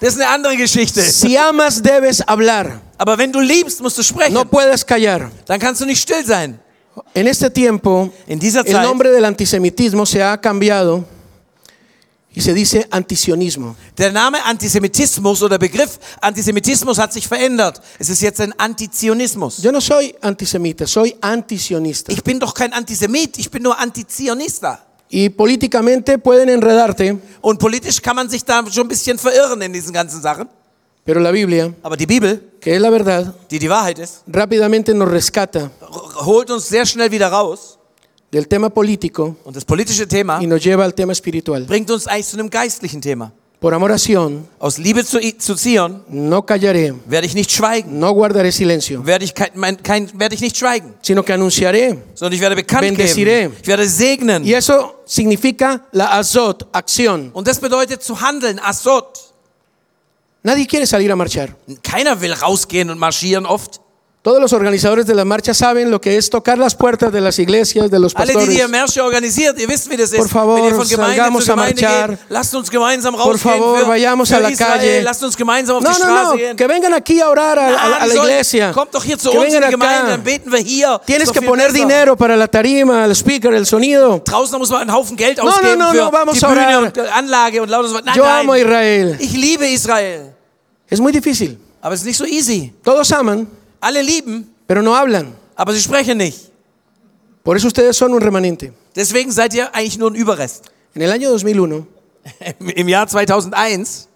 Das ist eine andere Geschichte.
Si amas, debes hablar.
Aber wenn du liebst, musst du sprechen.
No puedes callar.
Dann kannst du nicht still sein.
En este tiempo,
In dieser
el
Zeit
nombre del antisemitismo se ha cambiado y se dice antisionismo.
der Name Antisemitismus oder Begriff Antisemitismus hat sich verändert. Es ist jetzt ein Antizionismus.
Yo no soy antisemita, soy antisionista.
Ich bin doch kein Antisemit, ich bin nur Antizionista.
Y políticamente pueden enredarte,
Und politisch kann man sich da schon ein bisschen verirren in diesen ganzen Sachen.
pero la Biblia,
Aber die Bibel,
que es la verdad,
die die Wahrheit ist,
rápidamente nos rescata
r- r- holt uns sehr schnell wieder raus.
del tema político
Und das politische Thema
y nos lleva al tema espiritual.
bringt uns eigentlich zu einem geistlichen Thema.
Por amor a Sion,
Aus Liebe zu, I- zu Zion
no callaré,
werde ich nicht schweigen,
no guardaré silencio,
werde ich, kein, mein, kein, werde ich nicht schweigen,
sino que anunciaré.
sondern ich werde bekannt
Bendeciré.
geben, ich werde segnen.
Y eso significa la azot, acción.
Und das bedeutet zu handeln, Asot.
Nadie quiere salir a marchar.
Keiner will rausgehen und marschieren oft.
Todos los organizadores de la marcha saben lo que es tocar las puertas de las iglesias, de los
Alle, die
pastores.
ihr Märsche organisiert, ihr wisst, wie das ist.
Por favor,
Wenn ihr von Gemeinde
salgamos
zu
a
Gemeinde
marchar.
geht, lasst uns gemeinsam rausgehen
favor,
für,
vayamos
für
a la
Israel.
calle.
Lasst uns gemeinsam auf
No,
die
no,
Straße
no,
gehen.
que vengan aquí a orar a, a- a
Ah, die
la
sollen-
iglesia.
Kommt doch hier zu
que
uns in
vengan
die Gemeinde, dann
acá.
beten wir hier.
Tienes
Ist doch
que
viel
poner
besser.
dinero para la tarima, el speaker, el sonido.
Draußen da muss man einen Haufen Geld
no,
ausgeben
no,
für
no, vamos
die
a
Bühne
orar.
und äh, Anlage und lauter so was. Nein,
Yo amo a
nein.
Israel.
Ich liebe Israel.
Es muy difícil.
Aber es ist nicht so easy.
Todos aman,
Alle lieben,
pero no hablan.
aber sie sprechen nicht.
Por eso ustedes son un remanente.
Deswegen seid ihr eigentlich nur ein Überrest.
En el año 2001,
Im- Im Jahr 2001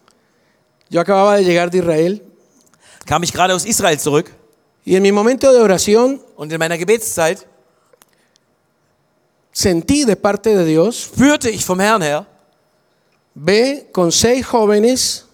yo acababa de llegar de Israel
kam ich gerade aus Israel zurück
y en mi momento de oración
und in meiner Gebetszeit
sentí de parte de Dios,
spürte ich vom Herrn her,
ve con seis jóvenes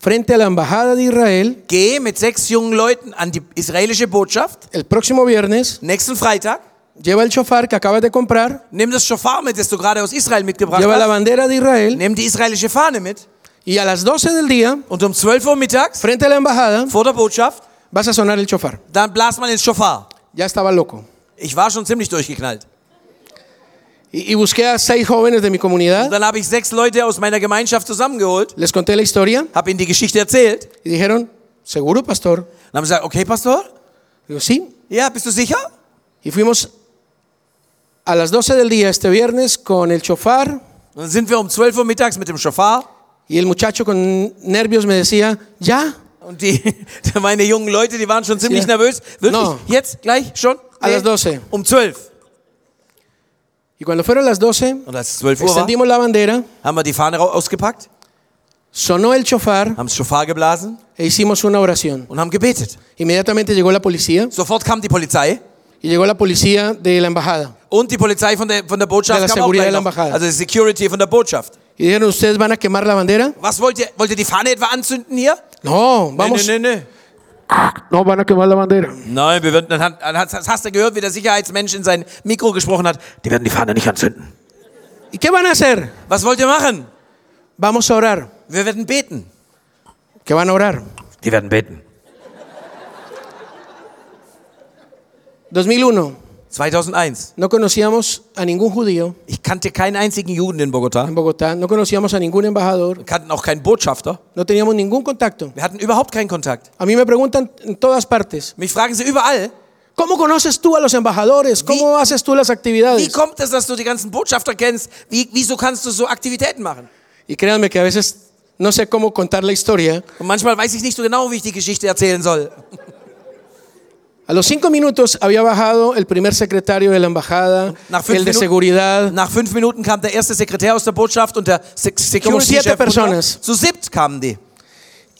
frente a la Embajada de Israel
geh mit sechs jungen Leuten an die israelische Botschaft,
el próximo viernes,
nächsten Freitag,
lleva el chofar que acabas de comprar,
nimm das Schofar mit, das du gerade aus Israel mitgebracht
lleva la
hast,
bandera de Israel
nimm die israelische Fahne mit
y a las 12 del día,
und um 12 Uhr mittags
frente a la Embajada,
vor der Botschaft,
vas a sonar el chofar.
dann blas man ins Schofar.
Ya estaba loco.
Ich war schon ziemlich durchgeknallt.
Y, y busqué a seis jóvenes de mi
Und
comunidad,
dann habe ich sechs Leute aus meiner Gemeinschaft zusammengeholt,
les conté la historia
habe ihnen die Geschichte erzählt.
y dijeron, seguro, pastor.
Dann haben sie gesagt, okay, Pastor,
Digo, sí.
ja, bist du sicher?
Y fuimos a las 12 del día este viernes con el chofar
Und dann sind wir um 12 Uhr mittags mit dem Schofar
y el muchacho con nervios me decía, ya,
und die, meine jungen Leute, die waren schon ziemlich
Ja.
nervös. Wirklich?
No.
Um Jetzt? Gleich? Schon?
A las 12.
Um 12.
Y cuando fueron las 12,
Und als es 12 Uhr war,
extendimos la bandera,
haben wir die Fahne rau- ausgepackt,
sonó el chofar
haben das Schofar geblasen
e hicimos una oración.
und haben gebetet.
Inmediatamente llegó la policía
Sofort kam die Polizei
y llegó la policía de la embajada.
und die Polizei von der, von der Botschaft
De la
kam auch
seguridad
gleich
de la
noch.
embajada.
Also die Security von der Botschaft.
Y dijeron, ¿ustedes van a quemar la bandera?
Was wollt ihr? Wollt ihr die Fahne etwa anzünden hier?
No, vamos.
Nein, nein,
No van a quemar la bandera.
Nein, wir werden, dann hat, dann hat, hast du gehört, wie der Sicherheitsmensch in sein Mikro gesprochen hat. Die werden die Fahne nicht anzünden.
¿Y qué van a hacer?
Was wollt ihr machen?
Vamos a orar.
Wir werden beten.
¿Qué van a orar?
Die werden beten.
2001.
2001.
No conocíamos a ningún judío
Ich kannte keinen einzigen Juden in Bogota.
en Bogotá, no conocíamos a ningún embajador,
Wir kannten auch keinen Botschafter.
no teníamos ningún contacto.
Wir hatten überhaupt keinen Kontakt.
A mí me preguntan en todas partes,
Mich fragen sie überall,
¿cómo conoces tú a los embajadores? ¿Cómo haces tú las
wie
actividades?
kommt es, dass du die ganzen Botschafter kennst? Wie, wieso kannst du so Aktivitäten machen?
Y créanme que a veces no sé cómo contar la historia.
Und manchmal weiß ich nicht so genau, wie ich die Geschichte erzählen soll.
A los cinco minutos había bajado el primer secretario de la embajada,
Nach fünf
el de
Minuten-
seguridad,
Nach fünf Minuten kam der erste Sekretär aus der Botschaft und der Se
Como
Security-Chef.
siete personas.
Zu siebt kamen die.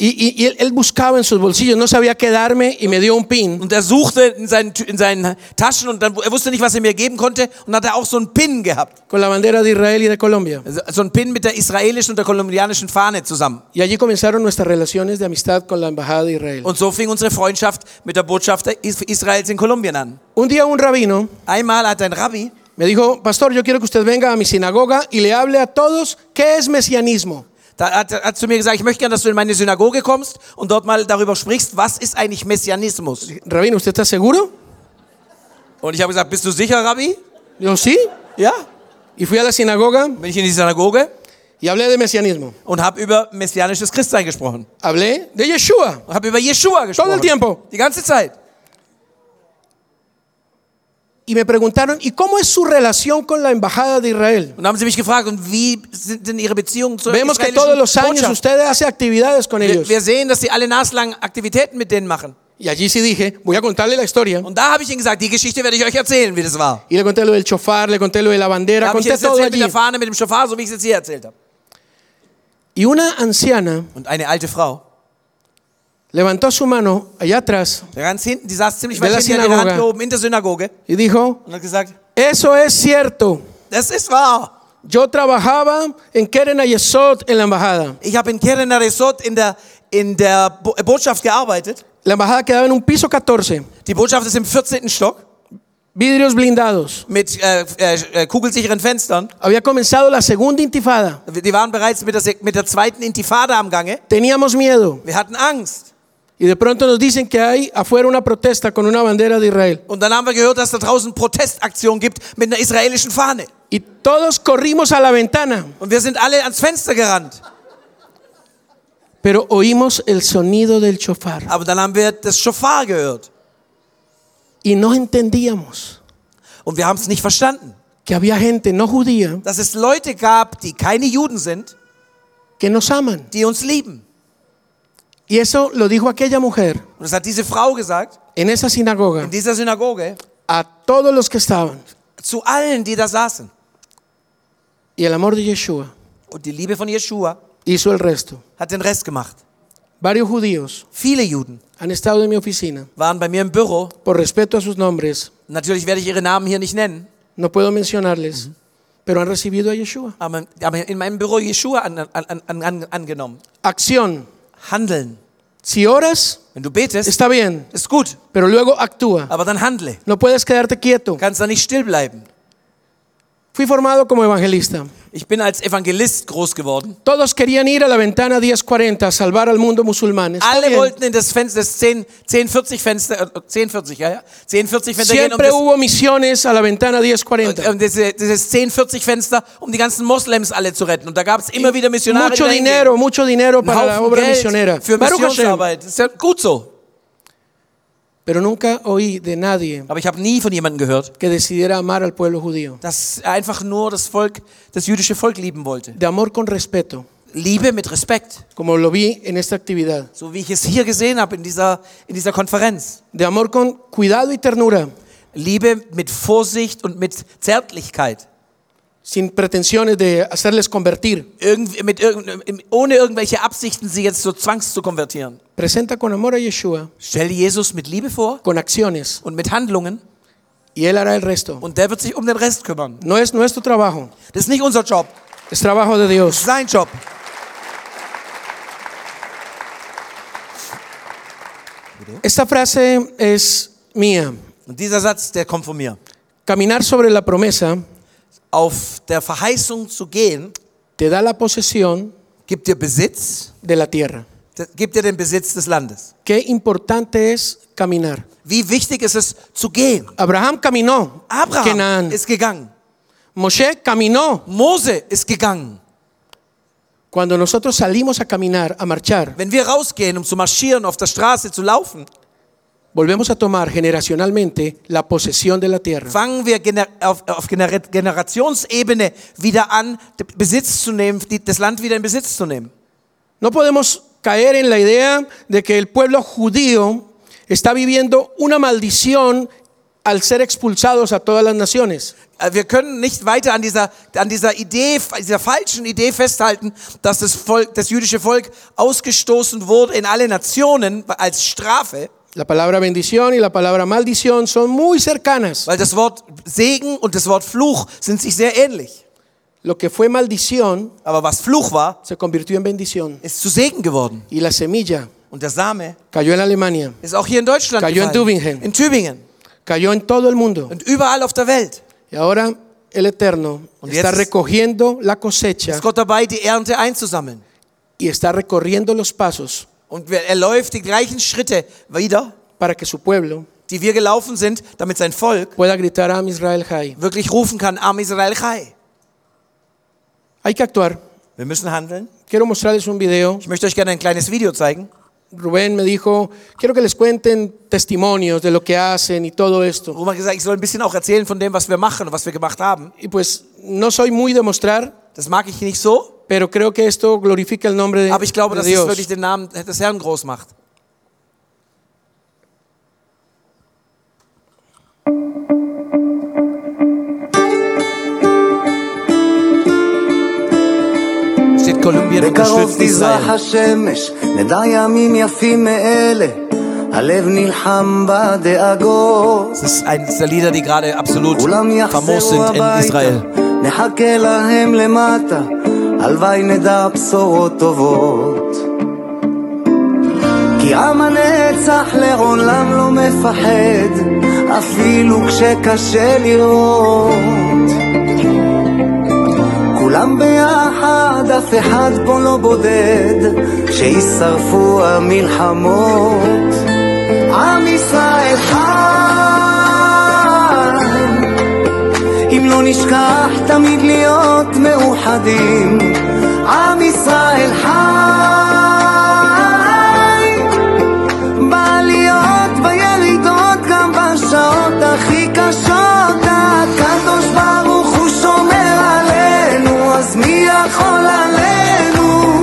y, y- y él, él buscaba en sus bolsillos, no sabía qué darme y me dio un pin.
Und er suchte in seinen, Tü- in seinen Taschen und dann, er wusste nicht, was er mir geben konnte und hat er auch so einen Pin gehabt.
con la bandera de Israel y de Colombia.
So- So einen Pin mit der israelischen und der kolumbianischen Fahne zusammen.
Y allí comenzaron nuestras relaciones de amistad con la Embajada de Israel.
Und so fing unsere Freundschaft mit der Botschaft Is- Israels in Kolumbien an.
Un día un rabino
Einmal hat ein Rabbi,
me dijo, pastor, yo quiero que usted venga a mi sinagoga y le hable a todos qué es mesianismo.
da hat, hat zu mir gesagt, ich möchte gerne, dass du in meine Synagoge kommst und dort mal darüber sprichst, was ist eigentlich Messianismus?
Rabino, ¿usted está seguro?
Und ich habe gesagt, bist du sicher, Rabbi?
Yo sí.
Ja.
Y fui a la sinagoga
Bin ich in die Synagoge
y hablé de mesianismo.
und habe über messianisches Christsein gesprochen.
Hablé de Yeshua.
Und habe über Yeshua gesprochen.
Todo el tiempo.
Die ganze Zeit.
Y me preguntaron, ¿y cómo es su relación con la Embajada de Israel?
Und haben sie mich gefragt, und wie sind denn ihre Beziehungen zur
Vemos que
israelischen
todos los años
Botschaft?
usted hace actividades con
wir,
ellos.
wir sehen, dass sie alle naslang Aktivitäten mit denen machen.
Y allí sí dije, voy a contarle la historia.
Und da habe ich ihnen gesagt, die Geschichte werde ich euch erzählen, wie das war.
Y le conté lo del chofar, le conté lo de la
Da
bandera,
habe ich
conté
jetzt
todo
erzählt mit
allí.
der Fahne, mit dem Schofar, so wie ich es jetzt hier erzählt habe.
Y una anciana
Und eine alte Frau,
levantó su mano allá atrás
da ganz hinten, die saß ziemlich
Der
weit hinten, die hat
Synagoge.
ihre Hand gehoben in der Synagoge
y dijo,
und hat gesagt,
eso es cierto.
das ist wahr.
Yo trabajaba en Keren Ayesod en la embajada.
Ich habe in Keren Resort in der, in der Bo äh, Botschaft gearbeitet.
La embajada quedaba en un piso 14,
Die Botschaft ist im 14. Stock
vidrios blindados.
mit äh, äh, äh, kugelsicheren Fenstern.
Había comenzado la segunda intifada.
Die waren bereits mit der, Sek- mit der zweiten Intifada am Gange.
Teníamos miedo
Wir hatten Angst.
y de pronto nos dicen que hay afuera una protesta con una bandera de Israel.
Und dann haben wir gehört, dass da draußen Protestaktion gibt mit einer israelischen Fahne.
Y todos corrimos a la ventana,
Und wir sind alle ans Fenster gerannt.
pero oímos el sonido del chofar
Aber dann haben wir das Schofar gehört.
y no entendíamos
Und wir haben es nicht verstanden.
que había gente no judía
Dass es Leute gab, die keine Juden sind,
que nos aman.
die uns lieben.
Y eso lo dijo aquella mujer
Und das hat diese Frau gesagt,
en esa sinagoga
in dieser Synagoge,
a todos los que estaban.
zu allen, die da saßen.
Y el amor de Yeshua
Und die Liebe von Yeshua
hizo el resto.
hat den Rest gemacht.
Varios judíos
Viele Juden
han estado en mi oficina.
waren bei mir im Büro.
Por respeto a sus nombres,
Natürlich werde ich ihre Namen hier nicht nennen,
no puedo mencionarles, pero han recibido a Yeshua.
aber, aber in meinem Büro Yeshua an, an, an, an, angenommen.
Acción.
Handeln.
Si oras,
Wenn du betest,
está bien,
ist gut,
pero luego actúa.
aber dann handle.
No puedes quedarte quieto.
Kannst da nicht still bleiben.
Fui formado como evangelista.
Ich bin als Evangelist groß geworden.
Todos querían ir a la ventana 1040 a salvar al mundo musulmán. Está
Alle
bien.
wollten in das Fenster, das 10, 1040 Fenster, äh, 1040, ja, ja, 1040 Fenster gehen, um
Siempre
das,
hubo misiones a la ventana 1040.
um diese, dieses 1040 Fenster, um die ganzen Moslems alle zu retten. Und da gab es immer wieder Missionare,
Mucho
die dahin
dinero, mucho dinero
gehen. Einen
para la
Haufen
obra
Geld
misionera.
für
Baruch Hashem.
Missionsarbeit. Ist ja gut so.
Pero nunca oí de nadie
Aber ich habe nie von jemandem gehört,
que decidiera amar al pueblo judío.
dass er einfach nur das Volk, das jüdische Volk lieben wollte.
De amor con respeto,
Liebe mit Respekt.
como lo vi en esta actividad.
So wie ich es hier gesehen habe in dieser, in dieser Konferenz.
De amor con cuidado y ternura.
Liebe mit Vorsicht und mit Zärtlichkeit.
sin pretensiones de hacerles convertir.
Irgend, mit, irgend, ohne irgendwelche Absichten, sie jetzt so zwangs zu konvertieren.
Presenta con amor a Yeshua,
Stell Jesus mit Liebe vor
con acciones,
und mit Handlungen
y Él hará el resto.
und der wird sich um den Rest kümmern.
No es nuestro trabajo,
Das ist nicht unser Job,
es trabajo de Dios.
sein Job.
Esta frase es mía.
Und dieser Satz, der kommt von mir.
Caminar sobre la promesa
Auf der Verheißung zu gehen,
te da la posesión
gibt dir Besitz,
de la tierra.
das gibt dir den Besitz des Landes.
Qué importante es caminar.
Wie wichtig ist es zu gehen?
Abraham caminó.
Abraham
Kenaan.
ist gegangen.
Moshe caminó.
Mose ist gegangen.
Cuando nosotros salimos a caminar, a marchar,
Wenn wir rausgehen, um zu marschieren, auf der Straße zu laufen,
volvemos a tomar generacionalmente la posesión de la tierra.
fangen wir gener auf, auf gener Generationsebene wieder an, d- Besitz zu nehmen, die, das Land wieder in Besitz zu nehmen.
No podemos caer en la idea de que el pueblo judío está viviendo una maldición al ser expulsados a todas las naciones.
Äh, Wir können nicht weiter an dieser, an dieser Idee, dieser falschen Idee festhalten, dass das Volk, das jüdische Volk ausgestoßen wurde in alle Nationen als Strafe,
La palabra bendición y la palabra maldición son muy cercanas.
weil das Wort Segen und das Wort Fluch sind sich sehr ähnlich.
Lo que fue maldición
Aber was Fluch war,
se convirtió en bendición
ist zu Segen geworden.
y la semilla
Und der Same
cayó en Alemania,
ist auch hier in Deutschland
Cayó in
gefallen.
Tübingen.
In Tübingen.
cayó en todo el mundo.
Und überall auf der Welt
Y ahora el Eterno
Und
está
jetzt-
recogiendo la cosecha
ist Gott dabei, die Ernte einzusammeln.
y está recorriendo los pasos
Und wer- er läuft die gleichen Schritte wieder,
para que su pueblo
die wir gelaufen sind, damit sein Volk
pueda gritar a Israel Jai.
wirklich rufen kann, Am Israel Chai.
Hay que actuar.
Wir müssen handeln.
Quiero mostrarles un video.
Ich möchte euch gerne ein kleines Video zeigen.
Rubén me dijo, quiero que les cuenten testimonios de lo que hacen y todo esto.
Roman hat gesagt, ich soll ein bisschen auch erzählen von dem, was wir machen und was wir gemacht haben.
Y pues no soy muy de mostrar,
Das mag ich nicht so,
pero creo que esto glorifica el nombre de,
aber ich glaube,
de
dass es
Dios.
wirklich den Namen des Herrn groß macht. Steht Kolumbien
בקרוב
unterstützt
תזרח
Israel.
השמש, נדע ימים יפים מאלה, הלב נלחם בדאגות.
Das ist eines der Lieder, die gerade absolut
כולם
famos
יחזרו
sind in
הביתה,
Israel.
נחכה להם למטה, הלוואי נדע בשורות טובות. כי עם הנצח לעולם לא מפחד, אפילו כשקשה לראות. כולם ביחד, אף אחד פה לא בודד, שישרפו המלחמות. עם ישראל חי, אם לא נשכח תמיד להיות מאוחדים. עם ישראל חי, בעליות, בירידות, גם בשעות הכי קשות. הקדוש ברוך הוא שומר עלינו, אז מי יכול עלינו?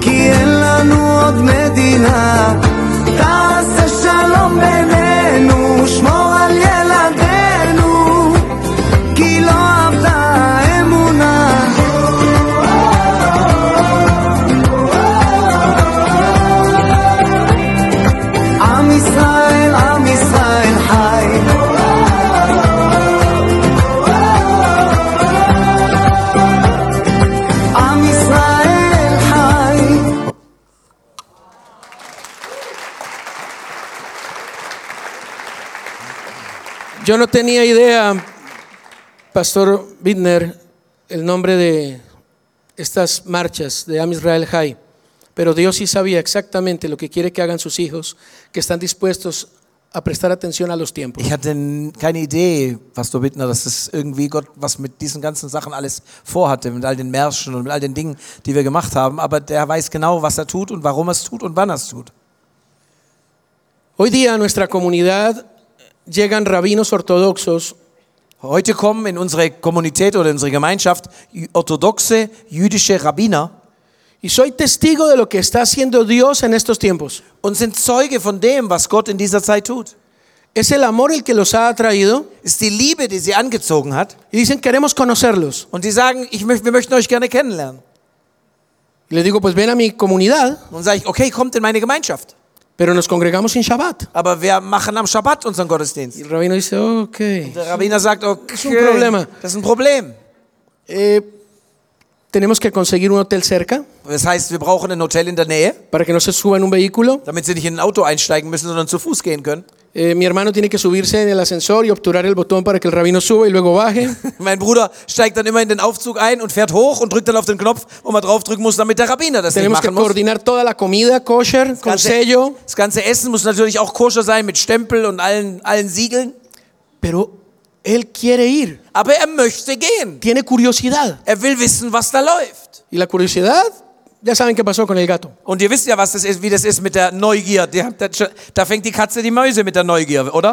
כי אין לנו עוד מדינה. תעשה שלום בינינו, שמור על ילדינו, כי לא עבדה האמונה. עם ישראל, עם ישראל חי. עם ישראל חי.
Yo no tenía idea, Pastor Bittner, el nombre de estas marchas de Am Israel High, pero Dios sí sabía exactamente lo que quiere que hagan sus hijos, que están dispuestos a prestar atención a los tiempos.
Ich hatte n- keine Idee, Pastor Bittner, dass es irgendwie Gott was mit diesen ganzen Sachen alles vorhatte, mit all den Märschen und mit all den Dingen, die wir gemacht haben. Aber der weiß genau, was er tut und warum er es tut und wann er es tut.
Hoy día a nuestra comunidad llegan rabinos ortodoxos
Heute kommen in unsere Kommunität oder in unsere Gemeinschaft jü- orthodoxe jüdische Rabbiner
y soy testigo de lo que está haciendo Dios en estos tiempos.
und sind Zeuge von dem, was Gott in dieser Zeit tut.
Es el amor el que los ha atraído
Ist die Liebe, die sie angezogen hat.
y dicen queremos conocerlos.
Und die sagen, ich möcht, wir möchten euch gerne kennenlernen.
Y les digo, pues ven a mi comunidad,
Und sage ich, okay, kommt in meine Gemeinschaft.
pero nos congregamos en Shabbat.
Aber wir machen am Schabbat unseren
Y
Gottesdienst.
el rabino dice, ok.
Der Rabbiner sagt, okay,
ist ein Problem.
das ist ein Problem.
eh, tenemos que conseguir un hotel cerca
Das heißt, wir brauchen ein Hotel in der Nähe,
para que no se suba en un vehículo.
damit sie nicht in ein Auto einsteigen müssen, sondern zu Fuß gehen können.
Eh, mi hermano tiene que subirse en el ascensor y obturar el botón para que el rabino suba y luego baje.
Mein Bruder steigt dann immer in den Aufzug ein und fährt hoch und drückt dann auf den Knopf, wo man draufdrücken muss, damit der Rabbiner das nicht
tenemos que
machen muss.
coordinar toda la comida kosher con sello.
das ganze Essen muss natürlich auch koscher sein mit Stempel und allen, allen Siegeln.
Pero él quiere ir,
Aber er möchte gehen.
tiene curiosidad.
Er will wissen, was da läuft.
Y la curiosidad, ya saben qué pasó con el gato.
Und ihr wisst ja, was das ist, wie das ist mit der Neugier. Die habt das schon- Da fängt die Katze die Mäuse mit der Neugier, oder?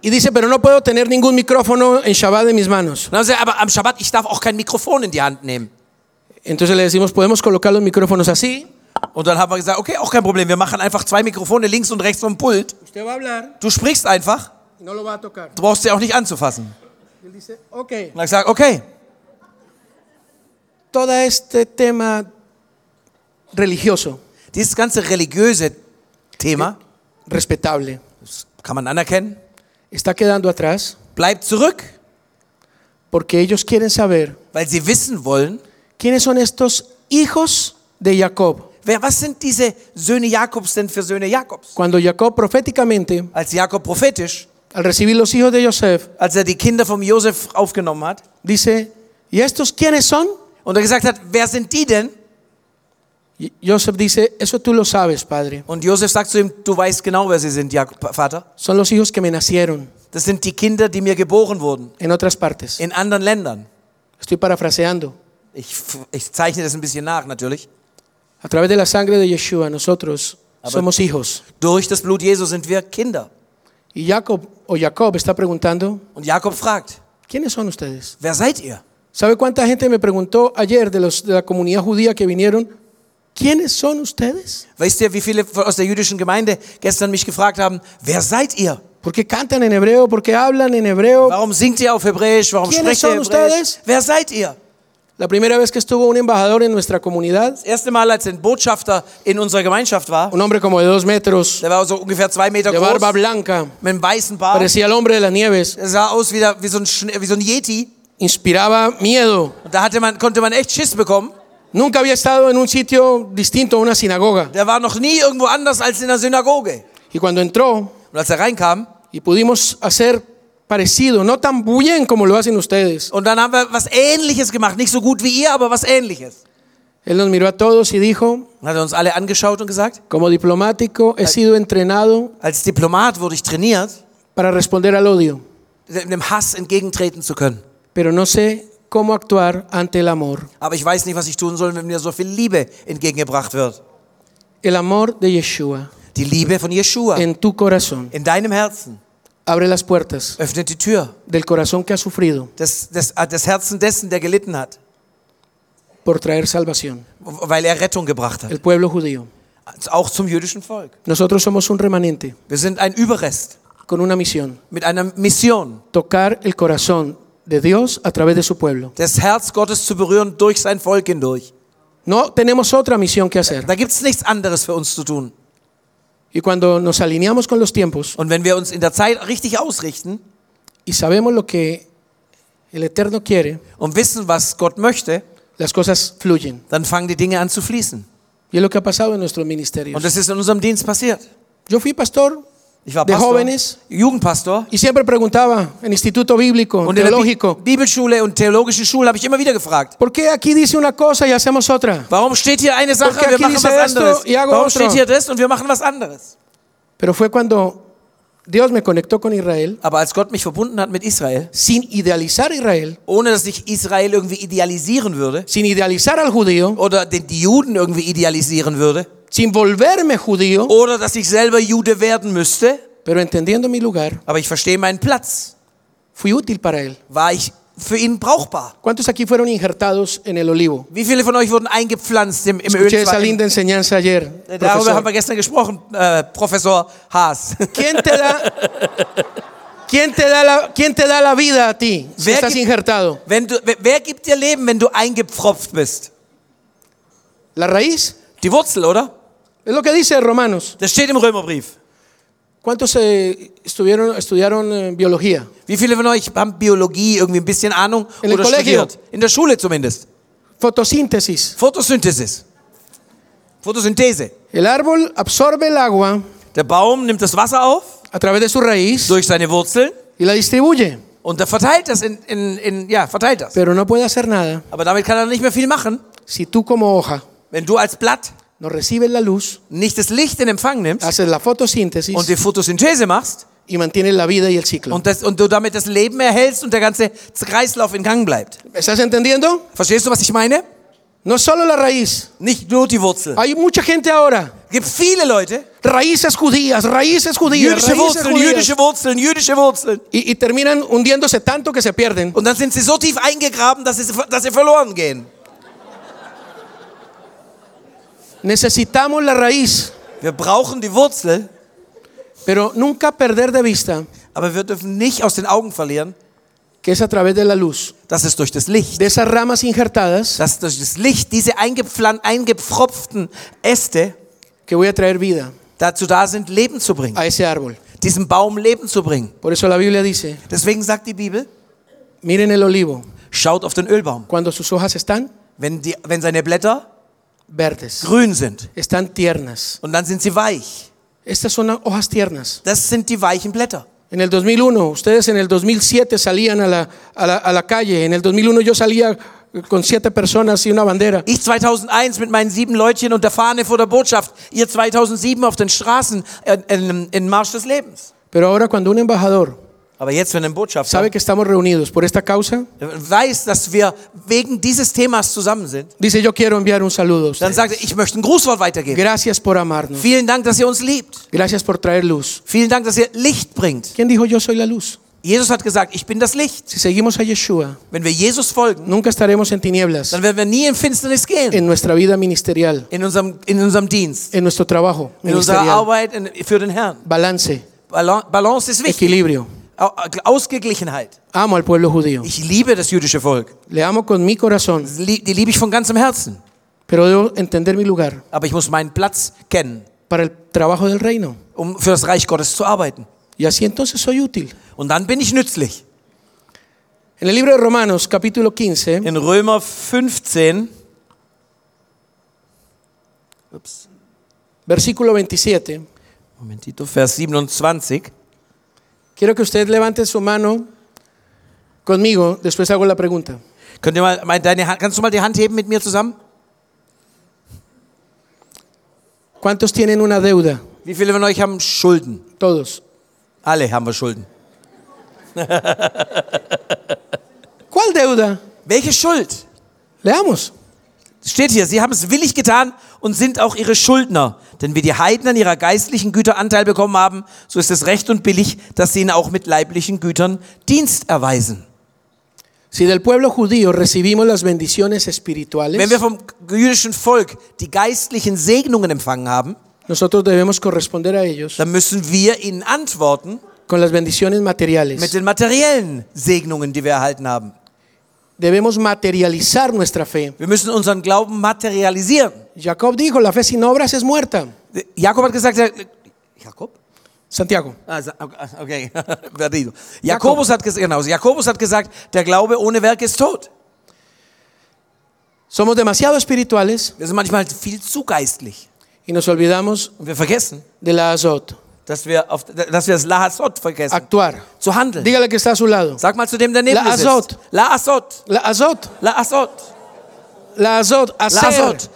Und
Y dice, pero no puedo tener ningún micrófono en Shabbat en mis manos.
dann haben sie, aber am Schabbat, ich darf auch kein Mikrofon in die Hand nehmen.
Entonces le decimos, podemos colocar los micrófonos así.
Und dann haben wir gesagt, okay, auch kein Problem. Wir machen einfach zwei Mikrofone links und rechts vom Pult.
Usted va a hablar,
Du sprichst einfach.
no lo va a tocar.
Du brauchst sie auch nicht anzufassen. Und
Y él dice, ok.
dann hab ich gesagt, okay.
Todo este tema religioso,
Dieses ganze religiöse Thema
respetable,
kann man anerkennen.
está quedando atrás
Bleibt zurück,
porque ellos quieren saber
weil sie wissen wollen,
quiénes son estos hijos de Jacob.
wer, was sind diese Söhne Jakobs denn für Söhne Jakobs?
Cuando Jacob proféticamente,
Als Jakob prophetisch,
al recibir los hijos de Joseph,
als er die Kinder vom Josef aufgenommen hat
dice, ¿y estos quiénes son?
und er gesagt hat, wer sind die denn?
Y Joseph dice, eso tú lo sabes, padre.
Und Josef sagt zu ihm, du weißt genau, wer sie sind, Jakob, Vater.
Son los hijos que me nacieron
Das sind die Kinder, die mir geboren wurden
en otras partes.
in anderen Ländern.
Estoy parafraseando.
Ich, f- ich zeichne das ein bisschen nach natürlich.
A través de la sangre de Yeshua, nosotros somos hijos.
Durch das Blut Jesu sind wir Kinder.
Y Jacob o Jacob está preguntando,
Und Jakob fragt,
¿quiénes son ustedes?
wer seid ihr?
¿Sabe cuánta gente me preguntó ayer de, los, de la comunidad judía que vinieron? ¿Quiénes son ustedes?
Weißt ihr, wie viele aus der jüdischen Gemeinde gestern mich gefragt haben, wer seid ihr?
¿Por qué cantan en hebreo? ¿Por qué hablan en hebreo?
Warum singt ihr auf Hebräisch? Warum
¿Quiénes
sprecht ihr
son
Hebräisch?
ustedes?
Wer seid ihr?
La primera vez que estuvo un embajador en nuestra comunidad,
Das erste Mal, als ein Botschafter in unserer Gemeinschaft war,
un hombre como de dos metros,
der war so ungefähr zwei Meter
de barba
groß,
blanca,
mit einem weißen Bart,
parecía el hombre de las nieves,
der sah aus wie, der, wie, so, ein, Schn- wie so ein Yeti.
inspiraba miedo.
Und da hatte man, konnte man echt Schiss bekommen.
Nunca había estado en un sitio distinto a una sinagoga.
Der war noch nie irgendwo anders als in der Synagoge.
Y cuando entró
Und als er reinkam,
y pudimos hacer parecido, no tan bien como lo hacen ustedes,
und dann haben wir was Ähnliches gemacht. Nicht so gut wie ihr, aber was Ähnliches.
él nos miró a todos y dijo,
Dann hat er uns alle angeschaut und gesagt,
como diplomático he sido entrenado
als Diplomat wurde ich trainiert,
para responder al odio,
dem Hass entgegentreten zu können.
pero no sé cómo actuar ante el amor.
Aber ich weiß nicht, was ich tun soll, wenn mir so viel Liebe entgegengebracht wird.
El amor de Yeshua
Die Liebe von Yeshua
en tu corazón.
in deinem Herzen
Abre las puertas
öffnet die Tür.
del corazón que ha sufrido
Das, das, das Herzen dessen, der gelitten hat,
por traer salvación,
weil er Rettung gebracht hat.
el pueblo judío.
Auch zum jüdischen Volk.
Nosotros somos un remanente
Wir sind ein Überrest
con una misión,
mit einer Mission,
tocar el corazón de Dios a través de su pueblo.
das Herz Gottes zu berühren durch sein Volk hindurch.
No tenemos otra misión que hacer.
Da gibt es nichts anderes für uns zu tun.
Y cuando nos alineamos con los tiempos
Und wenn wir uns in der Zeit richtig ausrichten
y sabemos lo que el Eterno quiere,
und wissen, was Gott möchte,
las cosas fluyen.
dann fangen die Dinge an zu fließen.
Y es lo que ha pasado en nuestros
Und
ministerios.
das ist in unserem Dienst passiert.
Yo fui pastor
Ich war
De
Pastor,
jóvenes.
Jugendpastor.
y siempre preguntaba en instituto bíblico,
Und in der Bi
teológico,
Bibelschule und theologischen Schule habe ich immer wieder gefragt,
¿por qué aquí dice una cosa y hacemos otra?
warum steht hier eine Sache,
Porque
wir
aquí
machen was
dice esto
anderes?
y hago
Warum
otro.
steht hier das und wir machen was anderes?
Pero fue cuando Dios me conectó con Israel,
Aber als Gott mich verbunden hat mit Israel,
sin idealizar a Israel,
ohne dass ich Israel irgendwie idealisieren würde
sin idealizar al judío,
oder den, die Juden irgendwie idealisieren würde
sin volverme judío,
oder dass ich selber Jude werden müsste,
pero entendiendo mi lugar,
aber ich verstehe meinen Platz,
fui útil para él.
war ich für ihn brauchbar.
¿Cuántos aquí fueron injertados en el olivo?
Wie viele von euch wurden eingepflanzt im, im
Escuché
Öl?
esa linda enseñanza ayer.
Darüber
profesor.
haben wir gestern gesprochen, äh, Professor Haas.
¿Quién te da, quién te da, la, quién te da la vida a ti si
Wer
estás
gibt-
injertado?
Wenn du, wer- wer gibt dir Leben, wenn du eingepfropft bist?
¿La raíz?
Die Wurzel, oder?
Es lo que dice Romanos.
Das steht im Römerbrief.
¿Cuántos eh, estuvieron, estudiaron eh, biología?
Wie viele von euch haben Biologie irgendwie ein bisschen Ahnung
In el
oder
colegio.
studiert? In der Schule zumindest.
Fotosíntesis.
Photosynthesis. Photosynthese.
El árbol absorbe el agua
Der Baum nimmt das Wasser auf
a través de su raíz
durch seine Wurzeln
y la distribuye,
und er verteilt das in, in, in ja, verteilt das.
pero no puede hacer nada
Aber damit kann er nicht mehr viel machen.
si tú como hoja
Wenn du als Blatt
no recibes la luz,
nicht das Licht in Empfang nimmst
haces la fotosíntesis
und die Photosynthese machst
y mantienes la vida y el ciclo.
und, das, und du damit das Leben erhältst und der ganze Kreislauf in Gang bleibt.
¿Estás entendiendo?
Verstehst du, was ich meine?
No solo la raíz.
Nicht nur die Wurzel.
Hay mucha gente ahora,
Es gibt viele Leute,
raíces judías, raíces judías,
jüdische
raíces
Wurzeln,
judías,
jüdische Wurzeln, jüdische Wurzeln.
y, y terminan hundiéndose tanto que se pierden.
Und dann sind sie so tief eingegraben, dass sie, dass sie verloren gehen.
Necesitamos la raíz,
Wir brauchen die Wurzel,
pero nunca perder de vista
aber wir dürfen nicht aus den Augen verlieren,
que es a través de la luz,
dass es durch das Licht,
de esas ramas injertadas,
dass durch das Licht diese eingepflan- eingepfropften Äste
que voy a traer vida
dazu da sind, Leben zu bringen.
a ese árbol.
Diesem Baum Leben zu bringen.
Por eso la Biblia dice,
Deswegen sagt die Bibel,
miren el olivo,
schaut auf den Ölbaum.
cuando sus hojas están
Wenn, die, wenn seine Blätter
verdes,
grün sind
están tiernas.
und dann sind sie weich.
Estas son las hojas tiernas.
Das sind die weichen Blätter.
En el 2001, ustedes en el 2007 salían a la, a la, a la calle. En el 2001 yo salía con siete personas y una bandera.
Ich 2001 mit meinen sieben Leutchen und der Fahne vor der Botschaft. Ihr 2007 auf den Straßen äh, in, in Marsch des Lebens.
Pero ahora cuando un embajador
Aber jetzt, wenn ein Botschafter
sabe que estamos reunidos por esta causa,
weiß, dass wir wegen dieses Themas zusammen sind,
dice yo quiero enviar un saludo a
dann
ustedes.
sagt er, ich möchte ein Grußwort weitergeben.
Gracias por amarnos.
Vielen Dank, dass ihr uns liebt.
Gracias por traer luz.
Vielen Dank, dass ihr Licht bringt.
¿Quién dijo yo soy la luz?
Jesus hat gesagt, ich bin das Licht.
Si seguimos a Yeshua,
Wenn wir Jesus folgen,
nunca estaremos en tinieblas
dann werden wir nie in Finsternis gehen.
en nuestra vida ministerial,
In unserem, in unserem Dienst,
en nuestro trabajo
in unserer
ministerial.
Arbeit in, für den Herrn.
Balance,
Balan- Balance ist wichtig.
equilibrio.
Au- äh, Ausgeglichenheit.
Amo al pueblo judío.
Ich liebe das jüdische Volk.
Le amo con mi corazón,
Das lie- Die liebe ich von ganzem Herzen.
pero debo entender mi lugar
Aber ich muss meinen Platz kennen,
para el trabajo del reino.
um für das Reich Gottes zu arbeiten.
Y así entonces soy útil.
Und dann bin ich nützlich.
En el libro de Romanos, capítulo 15,
In Römer 15, ups,
versículo 27,
Momentito, Vers 27.
quiero que usted levante su mano conmigo, después hago la pregunta.
Könnt ihr mal, mal deine Hand, kannst du mal die Hand heben mit mir zusammen?
¿Cuántos tienen una deuda?
Wie viele von euch haben Schulden?
Todos.
Alle haben wir Schulden.
¿Cuál deuda?
Welche Schuld?
Leamos.
Steht hier, sie haben es willig getan und sind auch ihre Schuldner. Denn wie die Heiden an ihrer geistlichen Güter Anteil bekommen haben, so ist es recht und billig, dass sie ihnen auch mit leiblichen Gütern Dienst erweisen.
Si del pueblo judío recibimos las bendiciones
Wenn
espirituales,
wir vom jüdischen Volk die geistlichen Segnungen empfangen haben,
nosotros debemos corresponder a ellos
dann müssen wir ihnen antworten
con las bendiciones
mit
materiales.
den materiellen Segnungen, die wir erhalten haben.
Debemos materializar nuestra fe.
Wir müssen unseren Glauben materialisieren.
Jacob dijo, la fe sin obras es muerta.
Jakob hat gesagt, ja, Jakob?
Santiago.
Ah, sa- okay, perdido. Jakobus hat gesagt, genau, Jakobus hat gesagt, der Glaube ohne Werk ist tot.
Somos demasiado espirituales
Wir sind manchmal viel zu geistlich
y nos olvidamos
und wir vergessen,
de la azot.
dass wir, auf, dass wir das Lahasot vergessen,
Actuar.
zu handeln.
Dígale que está a su lado.
Sag mal zu dem daneben
La
du sitzt.
Azot.
La Azot.
La azot.
La Azot.
La azot.
La
Hacer.
Azot.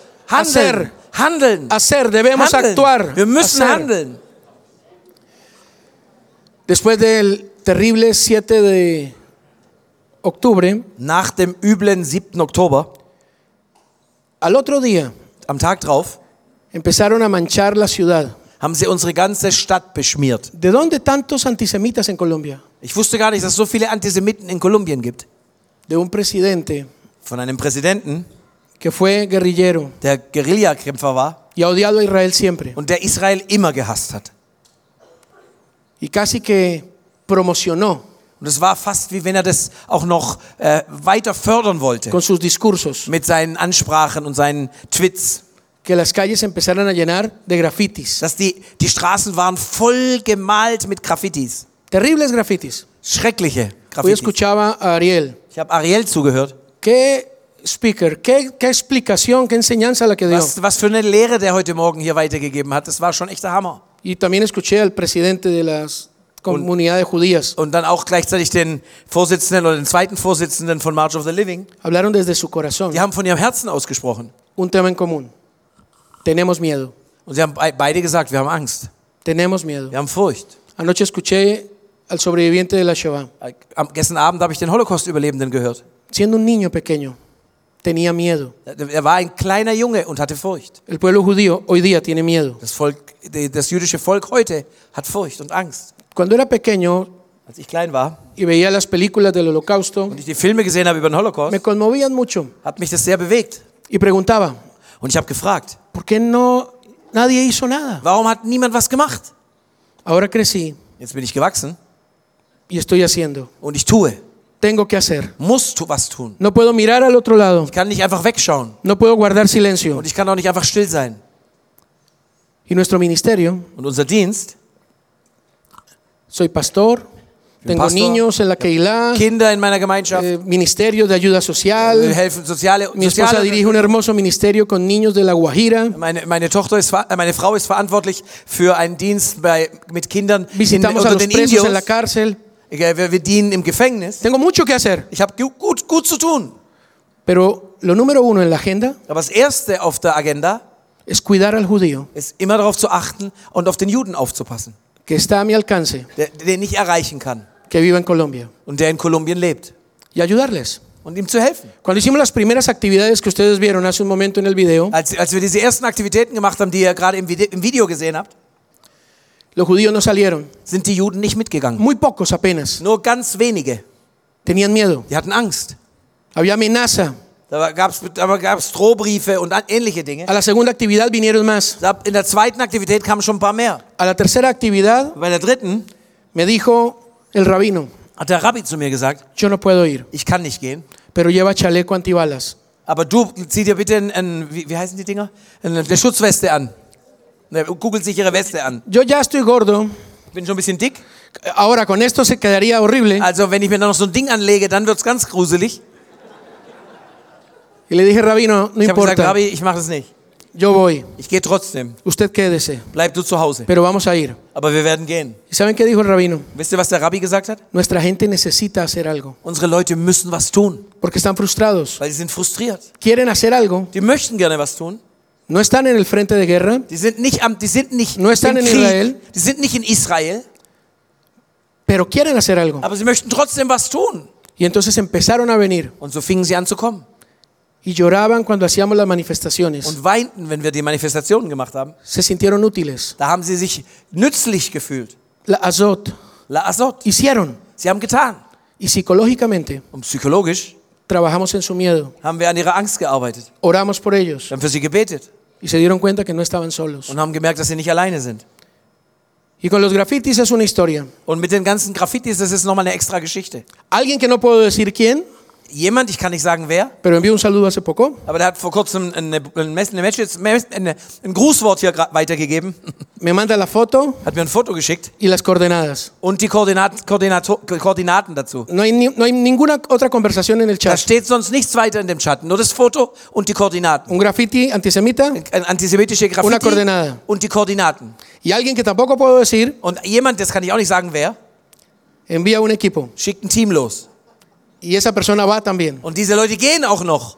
Hacer.
Handeln. Handeln.
Hacer. Debemos
Handeln.
actuar.
Wir müssen
Hacer.
handeln.
Después del terrible 7 de octubre,
Nach dem üblen 7. Oktober,
al otro día
am Tag drauf,
empezaron a manchar la ciudad.
haben sie unsere ganze Stadt beschmiert.
¿De dónde tantos antisemitas en Colombia?
Ich wusste gar nicht, dass es so viele Antisemiten in Kolumbien gibt.
de un presidente
von einem Präsidenten,
que fue guerrillero
der Guerillakämpfer war
y ha odiado a Israel siempre
und der Israel immer gehasst hat.
y casi que promocionó
Und es war fast wie wenn er das auch noch äh, weiter fördern wollte
con sus discursos
mit seinen Ansprachen und seinen Tweets,
que las calles se empezaran a llenar de grafitis,
dass die, die Straßen waren voll gemalt mit Graffitis.
terribles grafitis.
Schreckliche
Hoy
Graffitis.
escuchaba a Ariel,
Ich habe Ariel zugehört.
qué speaker, qué, qué explicación, qué enseñanza la que dio.
Was, was für eine Lehre der heute Morgen hier weitergegeben hat. Das war schon echter Hammer.
Y también escuché al presidente de las comunidades judías.
Und dann auch gleichzeitig den Vorsitzenden oder den zweiten Vorsitzenden von March of the Living.
Hablaron desde su corazón,
Die haben von ihrem Herzen ausgesprochen.
un tema en común. Tenemos miedo,
Und sie haben bei- beide gesagt, wir haben Angst.
tenemos miedo.
Wir haben Furcht. Äh,
Anoche escuché al sobreviviente de la Shoah,
Am, gestern Abend habe ich den Holocaust-Überlebenden gehört.
siendo un niño pequeño, tenía miedo.
Er war ein kleiner Junge und hatte Furcht.
El pueblo judío hoy día tiene miedo.
Das, Volk, die- das jüdische Volk heute hat Furcht und Angst.
Cuando era pequeño
Als ich klein war
y veía las películas del holocausto,
und ich die Filme gesehen habe über den
me
Holocaust,
conmovían mucho
hat mich das sehr bewegt.
y preguntaba,
Und ich habe gefragt,
¿por qué no nadie hizo nada?
warum hat niemand was gemacht?
Ahora crecí
Jetzt bin ich gewachsen
y estoy haciendo.
und ich tue,
Tengo que hacer.
muss tu was tun.
No puedo mirar al otro lado.
Ich kann nicht einfach wegschauen
No puedo guardar silencio.
und ich kann auch nicht einfach still sein.
Y nuestro ministerio,
Und unser Dienst,
soy pastor, tengo
pastor.
niños en la Keilah,
Kinder in meiner Gemeinschaft,
eh, ministerio de ayuda
wir
social.
helfen soziale,
Mi esposa
soziale
dirige un hermoso ministerio con niños de La Guajira.
Meine, meine Tochter ist, ver- äh, meine Frau ist verantwortlich für einen Dienst bei, mit Kindern
Visitamos a
unter
los
den
presos
Indios.
en la cárcel.
Egal, wir, wir dienen im Gefängnis.
Tengo mucho que hacer.
Ich habe gut, gut zu tun.
Pero lo número uno en la agenda
Aber das Erste auf der Agenda
es cuidar al judío
ist immer darauf zu achten und auf den Juden aufzupassen,
que está a mi alcance,
der, den ich erreichen kann
que vive en Colombia,
und der in Kolumbien lebt
y ayudarles.
und ihm zu helfen.
Cuando hicimos las primeras actividades que ustedes vieron hace un momento en el video,
Als, als wir diese ersten Aktivitäten gemacht haben, die ihr gerade im, Vide im Video gesehen habt,
los judíos no salieron.
sind die Juden nicht mitgegangen.
Muy pocos apenas.
Nur ganz wenige.
Tenían miedo.
Die hatten Angst.
Había amenaza.
Da gab es Drohbriefe und an- ähnliche Dinge.
A la segunda actividad vinieron más.
Da- In der zweiten Aktivität kamen schon ein paar mehr.
A la tercera actividad
Bei der dritten
me dijo el rabino,
hat der Rabbi zu mir gesagt,
yo no puedo ir,
ich kann nicht gehen,
pero lleva chaleco antibalas.
aber du zieh dir bitte einen, einen wie, wie heißen die Dinger? Eine, eine Schutzweste an. Ne, Eine kugelsichere Weste an.
Yo ya estoy gordo.
Ich bin schon ein bisschen dick.
Ahora con esto se quedaría horrible.
Also wenn ich mir da noch so ein Ding anlege, dann wird's ganz gruselig.
Y le dije, rabino, no
Ich habe gesagt,
importa,
Rabbi, ich mache das nicht.
yo voy.
Ich gehe trotzdem.
Usted quédese,
Bleib du zu Hause.
pero vamos a ir.
Aber wir werden gehen.
¿Y saben qué dijo el rabino?
Wisst ihr, was der Rabbi gesagt hat?
Nuestra gente necesita hacer algo,
Unsere Leute müssen was tun,
porque están frustrados.
weil sie sind frustriert.
Quieren hacer algo,
Die möchten gerne was tun.
no están en el frente de guerra,
Die sind nicht am, die sind nicht
No están
im
en
Krieg.
Israel.
Die sind nicht in Israel.
pero quieren hacer algo.
Aber sie möchten trotzdem was tun.
Y entonces empezaron a venir
Und so fingen sie an zu kommen
y lloraban cuando hacíamos las manifestaciones.
und weinten, wenn wir die Manifestationen gemacht haben.
Se sintieron útiles.
Da haben sie sich nützlich gefühlt.
La azot
La Azot.
hicieron.
Sie haben getan.
Y psicológicamente
Und psychologisch
trabajamos en su miedo,
haben wir an ihrer Angst gearbeitet.
oramos por ellos
Wir haben für sie gebetet
y se dieron cuenta que no estaban solos.
und haben gemerkt, dass sie nicht alleine sind.
Y con los grafitis es una historia.
Und mit den ganzen Graffitis, das ist nochmal eine extra Geschichte.
Alguien que no puedo decir quién,
Jemand, ich kann nicht sagen wer,
pero envió un saludo hace poco,
aber der hat vor kurzem eine, eine, Mess- eine, Message- eine, ein Grußwort hier gra- weitergegeben,
me manda la foto
hat mir ein Foto geschickt
y las coordenadas.
und die Koordinat, Koordinato- Koordinaten dazu.
No hay, ni- no hay ninguna otra conversación en el
Da
chat.
steht sonst nichts weiter in dem Chat, nur das Foto und die Koordinaten.
Un graffiti antisemita
Ein antisemitische Graffiti
Una coordenada.
und die Koordinaten.
y alguien que tampoco puedo decir
Und jemand, das kann ich auch nicht sagen wer,
envía un equipo
schickt ein Team los.
y esa persona va también.
Und diese Leute gehen auch noch.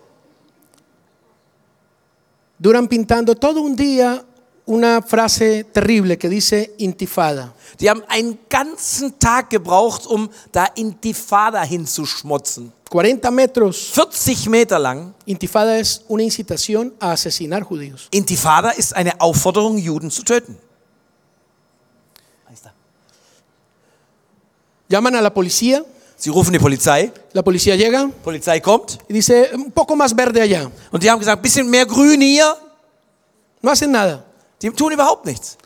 Duran pintando todo un día una frase terrible que dice intifada.
Die haben einen ganzen Tag gebraucht, um da Intifada hinzuschmotzen.
40 metros.
40 Meter lang.
Intifada es una incitación a asesinar judíos.
Intifada ist eine Aufforderung, Juden zu töten. Heißt da.
Llaman a la policía
Sie rufen die Polizei.
La policía llega
Polizei kommt.
y dice, un poco más verde allá.
Und die haben gesagt, bisschen mehr Grün hier.
No hacen nada.
Die tun überhaupt nichts.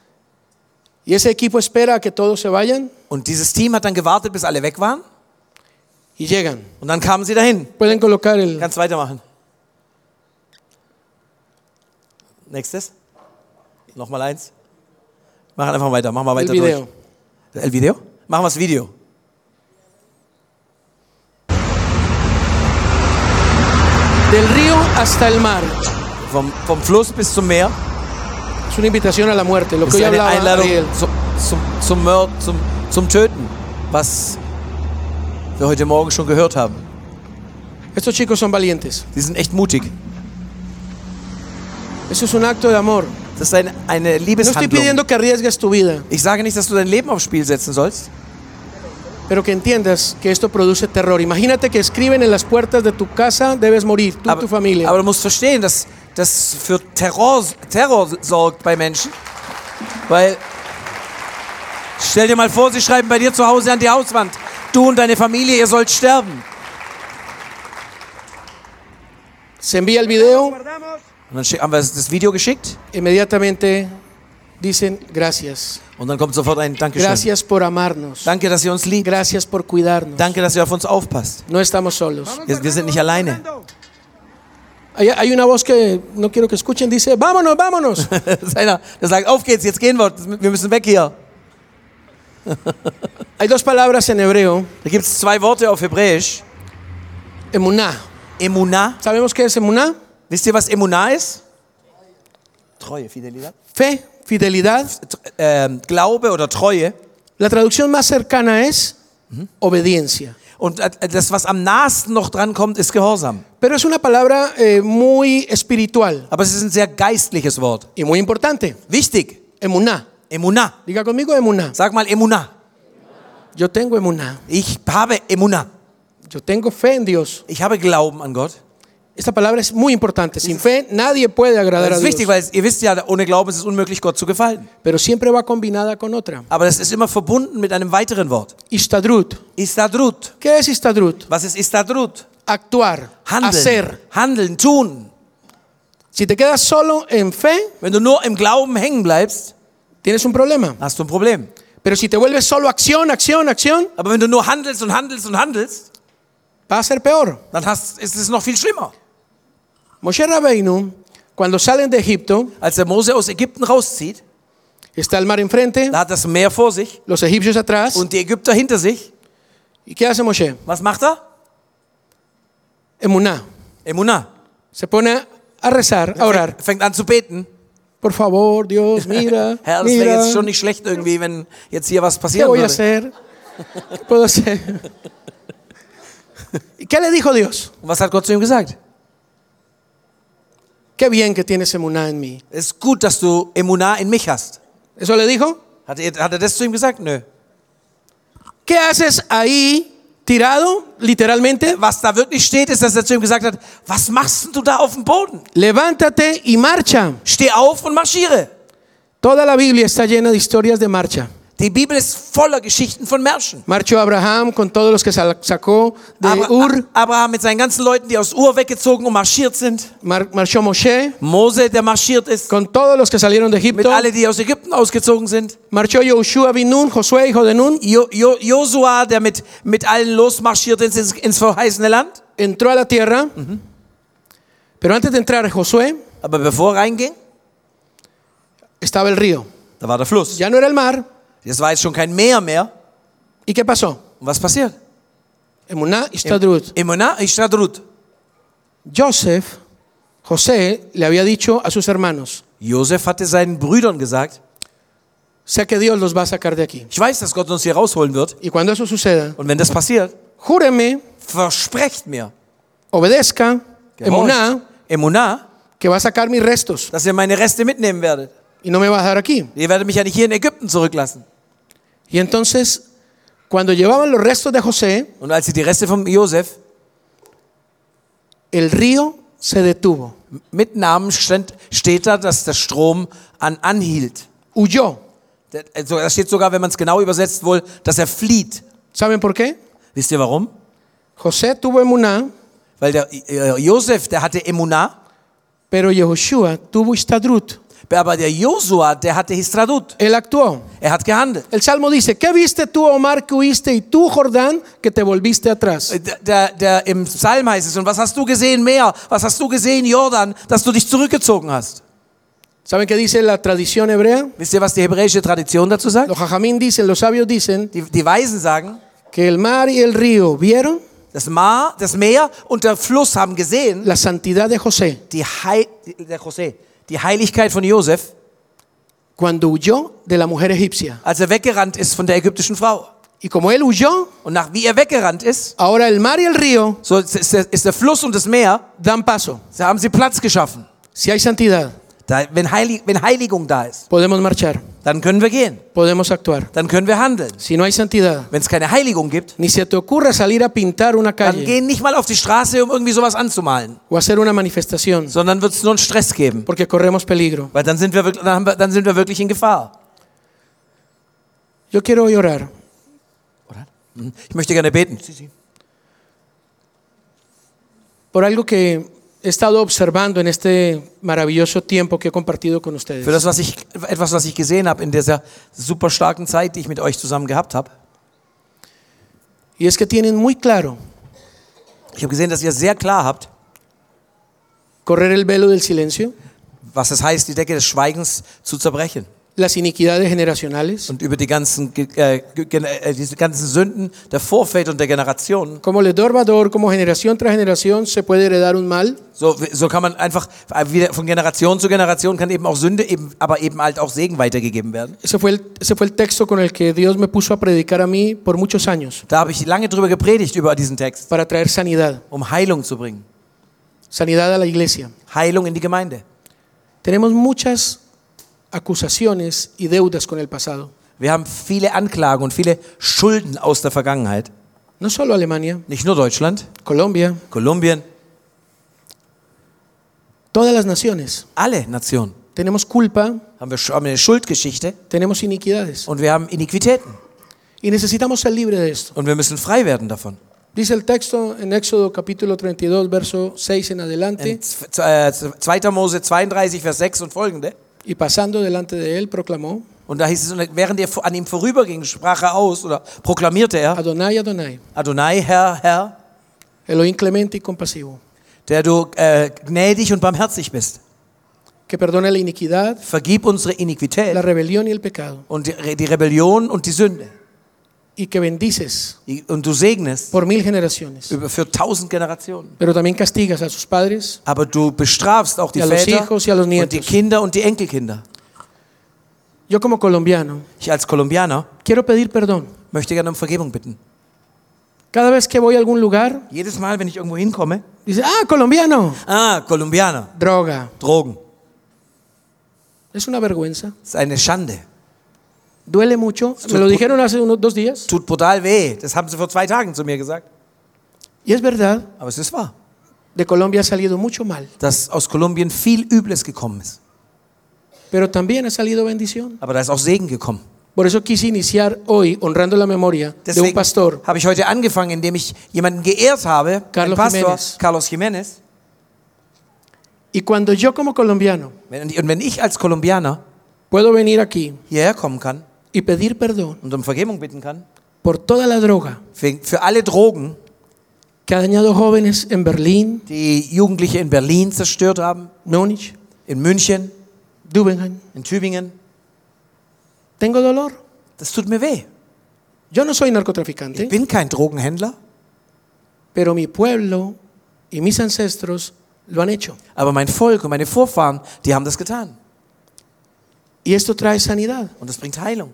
Y ese equipo espera a que todos se vayan
Und dieses Team hat dann gewartet, bis alle weg waren.
y llegan.
Und dann kamen sie dahin.
Pueden colocar el...
Kannst weitermachen. Nächstes. Nochmal eins. Machen einfach weiter. Machen wir
el
weiter
video.
durch. El Video? Machen wir das Video.
Del río hasta el mar.
Vom, vom Fluss bis zum Meer.
Es una invitación a la muerte, lo
Das
que hoy
ist eine
hablaba
Einladung
Ariel.
zum, zum, zum, Mörd, zum, zum Töten, was wir heute Morgen schon gehört haben.
Estos chicos son valientes.
Die sind echt mutig.
Eso es un acto de amor.
Das ist eine, eine
No estoy
Liebeshandlung.
pidiendo que arriesgues tu vida,
Ich sage nicht, dass du dein Leben aufs Spiel setzen sollst,
pero que entiendas que esto produce terror. Imagínate que escriben en las puertas de tu casa, debes morir, tú y
aber,
tu familia.
aber du musst verstehen, dass das für Terror, Terror sorgt bei Menschen. Weil, stell dir mal vor, sie schreiben bei dir zu Hause an die Hauswand, du und deine Familie, ihr sollt sterben.
Se envía el video,
Und dann schick- haben wir das Video geschickt
inmediatamente dicen gracias.
und dann kommt sofort ein Dankeschön.
Gracias por amarnos.
Danke, dass ihr uns liebt.
Gracias por cuidarnos.
Danke, dass ihr auf uns aufpasst.
No estamos solos.
Wir, wir sind nicht alleine.
Hay, hay una voz que no quiero que escuchen, dice, vámonos, vámonos.
Das ist einer, der sagt, auf geht's, jetzt gehen wir, wir müssen weg hier.
Hay dos palabras en hebreo,
Da gibt es zwei Worte auf Hebräisch.
emuná.
Emunah.
¿Sabemos qué es emuná?
Wisst ihr, was Emunah ist? Treue, Fidelität.
Fe, fidelidad.
Tr- ähm, Glaube oder Treue.
La traducción más cercana es obediencia.
Und äh, das, was am nahesten noch dran kommt, ist Gehorsam.
Pero es una palabra eh, muy espiritual
Aber es ist ein sehr geistliches Wort.
y muy importante.
Wichtig.
Emuná.
Emunah.
Diga conmigo emuná.
Sag mal Emunah.
Yo tengo emuná.
Ich habe Emunah.
Yo tengo fe en Dios.
Ich habe Glauben an Gott.
Esta palabra es muy importante. Sin fe nadie puede agradar a
Das ist wichtig,
Dios.
weil ihr wisst ja, ohne Glauben ist es unmöglich, Gott zu gefallen.
Pero siempre va combinada con otra.
Aber das ist immer verbunden mit einem weiteren Wort.
Istadrut.
Istadrut.
¿Qué es istadrut?
Was ist Istadrut?
Actuar,
Handeln.
hacer.
Handeln, tun.
Si te quedas solo en fe,
Wenn du nur im Glauben hängen bleibst,
tienes un problema.
hast du ein Problem.
Pero si te vuelves solo acción, acción, acción,
Aber wenn du nur handelst und handelst und handelst,
va a ser peor.
dann hast, ist es noch viel schlimmer.
Moshe Rabbeinu, cuando salen de Egipto,
Als der Mose aus Ägypten rauszieht,
está el mar enfrente,
da hat das Meer vor sich
los egipcios atrás.
und die Ägypter hinter sich.
¿Y qué hace Moshe?
Was macht er?
Emuná.
Emunah.
Se pone a rezar, a orar.
Fängt, fängt an zu beten.
Por favor, Dios, mira,
Herr, das wäre
mira,
jetzt schon nicht schlecht irgendwie, wenn jetzt hier was
¿qué
passieren
voy a
würde.
hacer? ¿Qué puedo hacer? ¿Y qué le dijo Dios?
Und was hat Gott zu ihm gesagt?
Qué bien que tienes emuná en mí.
Es ist gut, dass du Emunah in mich hast.
¿Eso le dijo?
Hat er, hat er das zu ihm gesagt? Nö.
¿Qué haces ahí tirado, literalmente?
Was da wirklich steht, ist, dass er zu ihm gesagt hat, was machst denn du da auf dem Boden?
Levántate y marcha.
Steh auf und marschiere.
Toda la Biblia está llena de historias de marcha.
Die Bibel ist voller Geschichten von Märschen.
Marchó Abraham con todos los que sal- sacó de
Abra
Ur.
Abraham mit seinen ganzen Leuten, die aus Ur weggezogen und marschiert sind.
Mar- marchó Moshe
Mose, der marschiert ist.
con todos los que salieron de
Mit
Egipto.
alle, die aus Ägypten ausgezogen sind.
Marchó Yoshua bin Nun, Josué, hijo de Nun.
Jo jo Josua, der mit, mit allen losmarschiert ist ins, ins verheißene Land.
Entró a la tierra. Pero antes de entrar Josué,
Aber bevor er reinging,
estaba el río.
da war der Fluss.
Ya no era el mar.
Das war jetzt schon kein Meer mehr.
¿Y qué pasó?
Und was passiert?
Emuná y Stadrut.
Emunah Ishtadrut.
Joseph, José, le había dicho a sus hermanos,
Josef hatte seinen Brüdern gesagt,
sé que Dios los va a sacar de aquí.
ich weiß, dass Gott uns hier rausholen wird.
Y cuando eso suceda,
Und wenn das passiert,
júreme,
versprecht mir,
obedezca, Emuná,
Emunah,
que va a sacar mis restos
dass ihr meine Reste mitnehmen werdet.
y no me va a dejar aquí.
Ihr werdet mich ja nicht hier in Ägypten zurücklassen.
Y entonces, cuando llevaban los restos de José,
Und als sie die Reste von Josef
el río se detuvo,
mitnahmen, stand, steht da, dass der Strom an anhielt.
huyó.
Der- Also, da steht sogar, wenn man es genau übersetzt, wohl, dass er flieht.
¿Saben por qué?
Wisst ihr warum?
José tuvo emuná,
Weil der äh, Josef, der hatte Emunah,
pero Yehoshua tuvo istadrut.
aber der Josua, der hatte Histradut.
Él actuó.
Er hat gehandelt.
El salmo dice, ¿qué viste tú, Omar, que huiste, y tú, Jordán, que te volviste atrás?
Äh, Der, der, der, Im Psalm heißt es, und was hast du gesehen, Meer? Was hast du gesehen, Jordan, dass du dich zurückgezogen hast?
¿Saben qué dice la tradición hebrea?
Wisst ihr, was die hebräische Tradition dazu sagt?
Los jajamín dicen, los sabios dicen,
Die, die Weisen sagen,
que el mar y el río vieron
das, Mar, das Meer und der Fluss haben gesehen,
la santidad de José
die, Heil, der José, die Heiligkeit von Josef,
cuando huyó de la mujer egipcia.
als er weggerannt ist von der ägyptischen Frau.
Y como él huyó,
Und nach wie er weggerannt ist,
ahora el mar y el río
so ist ist der, ist der Fluss und das Meer,
dan paso.
da haben sie Platz geschaffen.
Si hay santidad,
Da, wenn, Heilig, wenn Heiligung da ist,
podemos marchar,
dann können wir gehen,
podemos actuar.
dann können wir handeln.
Si no hay santidad,
Wenn es keine Heiligung gibt,
ni se te ocurra salir a pintar una
dann
calle
gehen nicht mal auf die Straße, um irgendwie sowas anzumalen,
o hacer una manifestación,
sondern wird es nur einen Stress geben,
porque corremos peligro.
weil dann sind wir wirklich, dann haben wir, dann sind wir wirklich in Gefahr.
Yo quiero hoy orar
Hm? Ich möchte gerne beten
por algo que he estado observando en este maravilloso tiempo que he compartido con
für
ustedes.
das, was ich, etwas, was ich gesehen habe in dieser super starken Zeit, die ich mit euch zusammen gehabt habe.
Y es que tienen muy claro
Ich habe gesehen, dass ihr sehr klar habt,
correr el velo del silencio,
was es heißt, die Decke des Schweigens zu zerbrechen
las iniquidades generacionales,
und über die ganzen, Ge- äh, Ge- Gen- äh, diese ganzen Sünden der Vorväter und der Generationen.
Como ledor a dor, como generación tras generación se puede heredar un mal,
So, so kann man einfach äh, wieder von Generation zu Generation kann eben auch Sünde, eben, aber eben halt auch Segen weitergegeben werden.
ese fue, el, ese fue el texto con el que Dios me puso a predicar a mí por muchos años,
Da habe ich lange drüber gepredigt über diesen Text,
para traer sanidad,
um Heilung zu bringen,
sanidad a la iglesia.
Heilung in die Gemeinde.
Tenemos muchas acusaciones y deudas con el pasado,
Wir haben viele Anklagen und viele Schulden aus der Vergangenheit,
no solo Alemania,
nicht nur Deutschland,
Colombia,
Kolumbien,
todas las naciones.
alle Nationen
Tenemos culpa,
haben wir haben wir eine Schuldgeschichte
tenemos iniquidades
und wir haben Iniquitäten
y necesitamos ser libres de esto.
und wir müssen frei werden davon.
Dice el texto en Éxodo capítulo 32, verso 6 en adelante,
In Z- Z- äh, Z- 2. Mose 32, Vers 6 und folgende.
y pasando delante de él proclamó,
Und da hieß es, und während er vor- an ihm vorüberging, sprach er aus oder proklamierte er,
Adonai, Adonai.
Adonai, Herr, Herr,
Elohim clemente y compasivo,
der du äh, gnädig und barmherzig bist.
que perdona la iniquidad,
Vergib unsere
la
Iniquität
rebelión y el pecado,
und die, Re- die Rebellion und die Sünde.
y que bendices
Die- Und du segnest
por mil generaciones,
über, für tausend Generationen.
pero también castigas a sus padres.
Aber du bestrafst auch die
Ja, los
Väter
hijos y a los
und die
nietos.
Kinder und die Enkelkinder.
Yo como colombiano
Ich als Kolumbianer
quiero pedir perdón.
möchte gerne um Vergebung bitten.
Cada vez que voy a algún lugar,
Jedes Mal, wenn ich irgendwo hinkomme,
dice, ah, colombiano,
ah, Kolumbianer,
droga.
Drogen,
Es una vergüenza.
ist eine Schande.
Duele mucho. Me lo dijeron hace unos dos días.
Tut brutal weh. Das haben sie vor zwei Tagen zu mir gesagt.
Y es verdad,
Aber es ist wahr,
de Colombia ha salido mucho mal,
dass aus Kolumbien viel Übles gekommen ist.
pero también ha salido bendición.
Aber da ist auch Segen gekommen.
Por eso quise iniciar hoy honrando la memoria de un
Deswegen
pastor
habe ich heute angefangen, indem ich jemanden geehrt habe,
Carlos
den Pastor
Jiménez.
Carlos Jiménez.
Y cuando yo como colombiano
Wenn- Und wenn ich als Kolumbianer
puedo venir aquí
hierher kommen kann
y pedir perdón
und um Vergebung bitten kann,
por toda la droga
für, für alle Drogen,
que ha dañado jóvenes en Berlín,
die Jugendliche in Berlin zerstört haben,
Múnich,
in München,
Dubenheim,
in Tübingen,
tengo dolor.
das tut mir weh.
Yo no soy
Ich
narcotraficante,
bin kein Drogenhändler,
pero mi pueblo y mis ancestros lo han hecho.
aber mein Volk und meine Vorfahren, die haben das getan.
Y esto trae sanidad.
Und das bringt Heilung.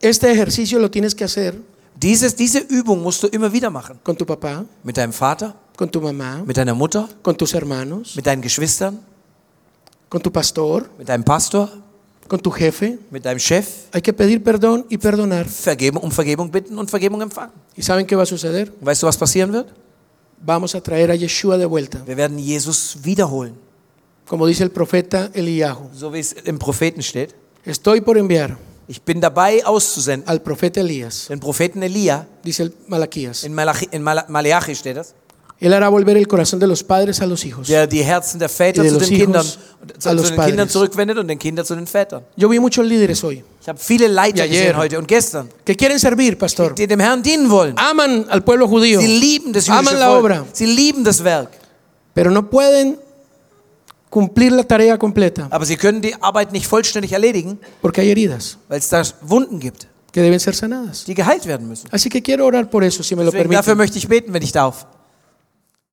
Este ejercicio lo tienes que hacer
Dieses, diese Übung musst du immer wieder machen.
con tu papá,
Mit deinem Vater,
con tu mamá,
mit deiner Mutter,
con tus hermanos,
mit deinen Geschwistern,
con tu pastor,
mit deinem Pastor,
con tu jefe.
mit deinem Chef.
Hay que pedir perdón y perdonar.
Vergebung, um Vergebung bitten und Vergebung empfangen.
¿Y saben qué va a suceder?
Und weißt du, was passieren wird?
Vamos a traer a Yeshua de vuelta,
Wir werden Jesus wiederholen.
como dice el profeta Eliyahu.
So wie es im Propheten steht.
Estoy por enviar
Ich bin dabei auszusenden.
al profeta Elías,
Den Propheten Elia,
dice el Malaquías.
in, Malachi, in Mala- Malachi steht das,
Él hará volver el corazón de los padres a los hijos.
der die Herzen der Väter
Y de
zu den
los
Kindern,
hijos
zu,
a
zu
los
den
padres.
Kindern zurückwendet und den Kindern zu den Vätern.
Yo vi muchos líderes hoy
Ich habe viele Leiter
Ja,
gesehen
jeder.
heute und gestern,
que quieren servir, pastor.
die dem Herrn dienen wollen.
Aman al pueblo judío,
Sie lieben das jüdische
aman la obra,
Volk. Sie lieben das Werk.
pero no pueden cumplir la tarea completa
Aber sie können die Arbeit nicht vollständig erledigen,
porque hay heridas
weil es da Wunden gibt,
que deben ser sanadas.
die geheilt werden müssen.
Así que quiero orar por eso, si me lo
Deswegen, dafür
permiten.
möchte ich beten, wenn ich darf.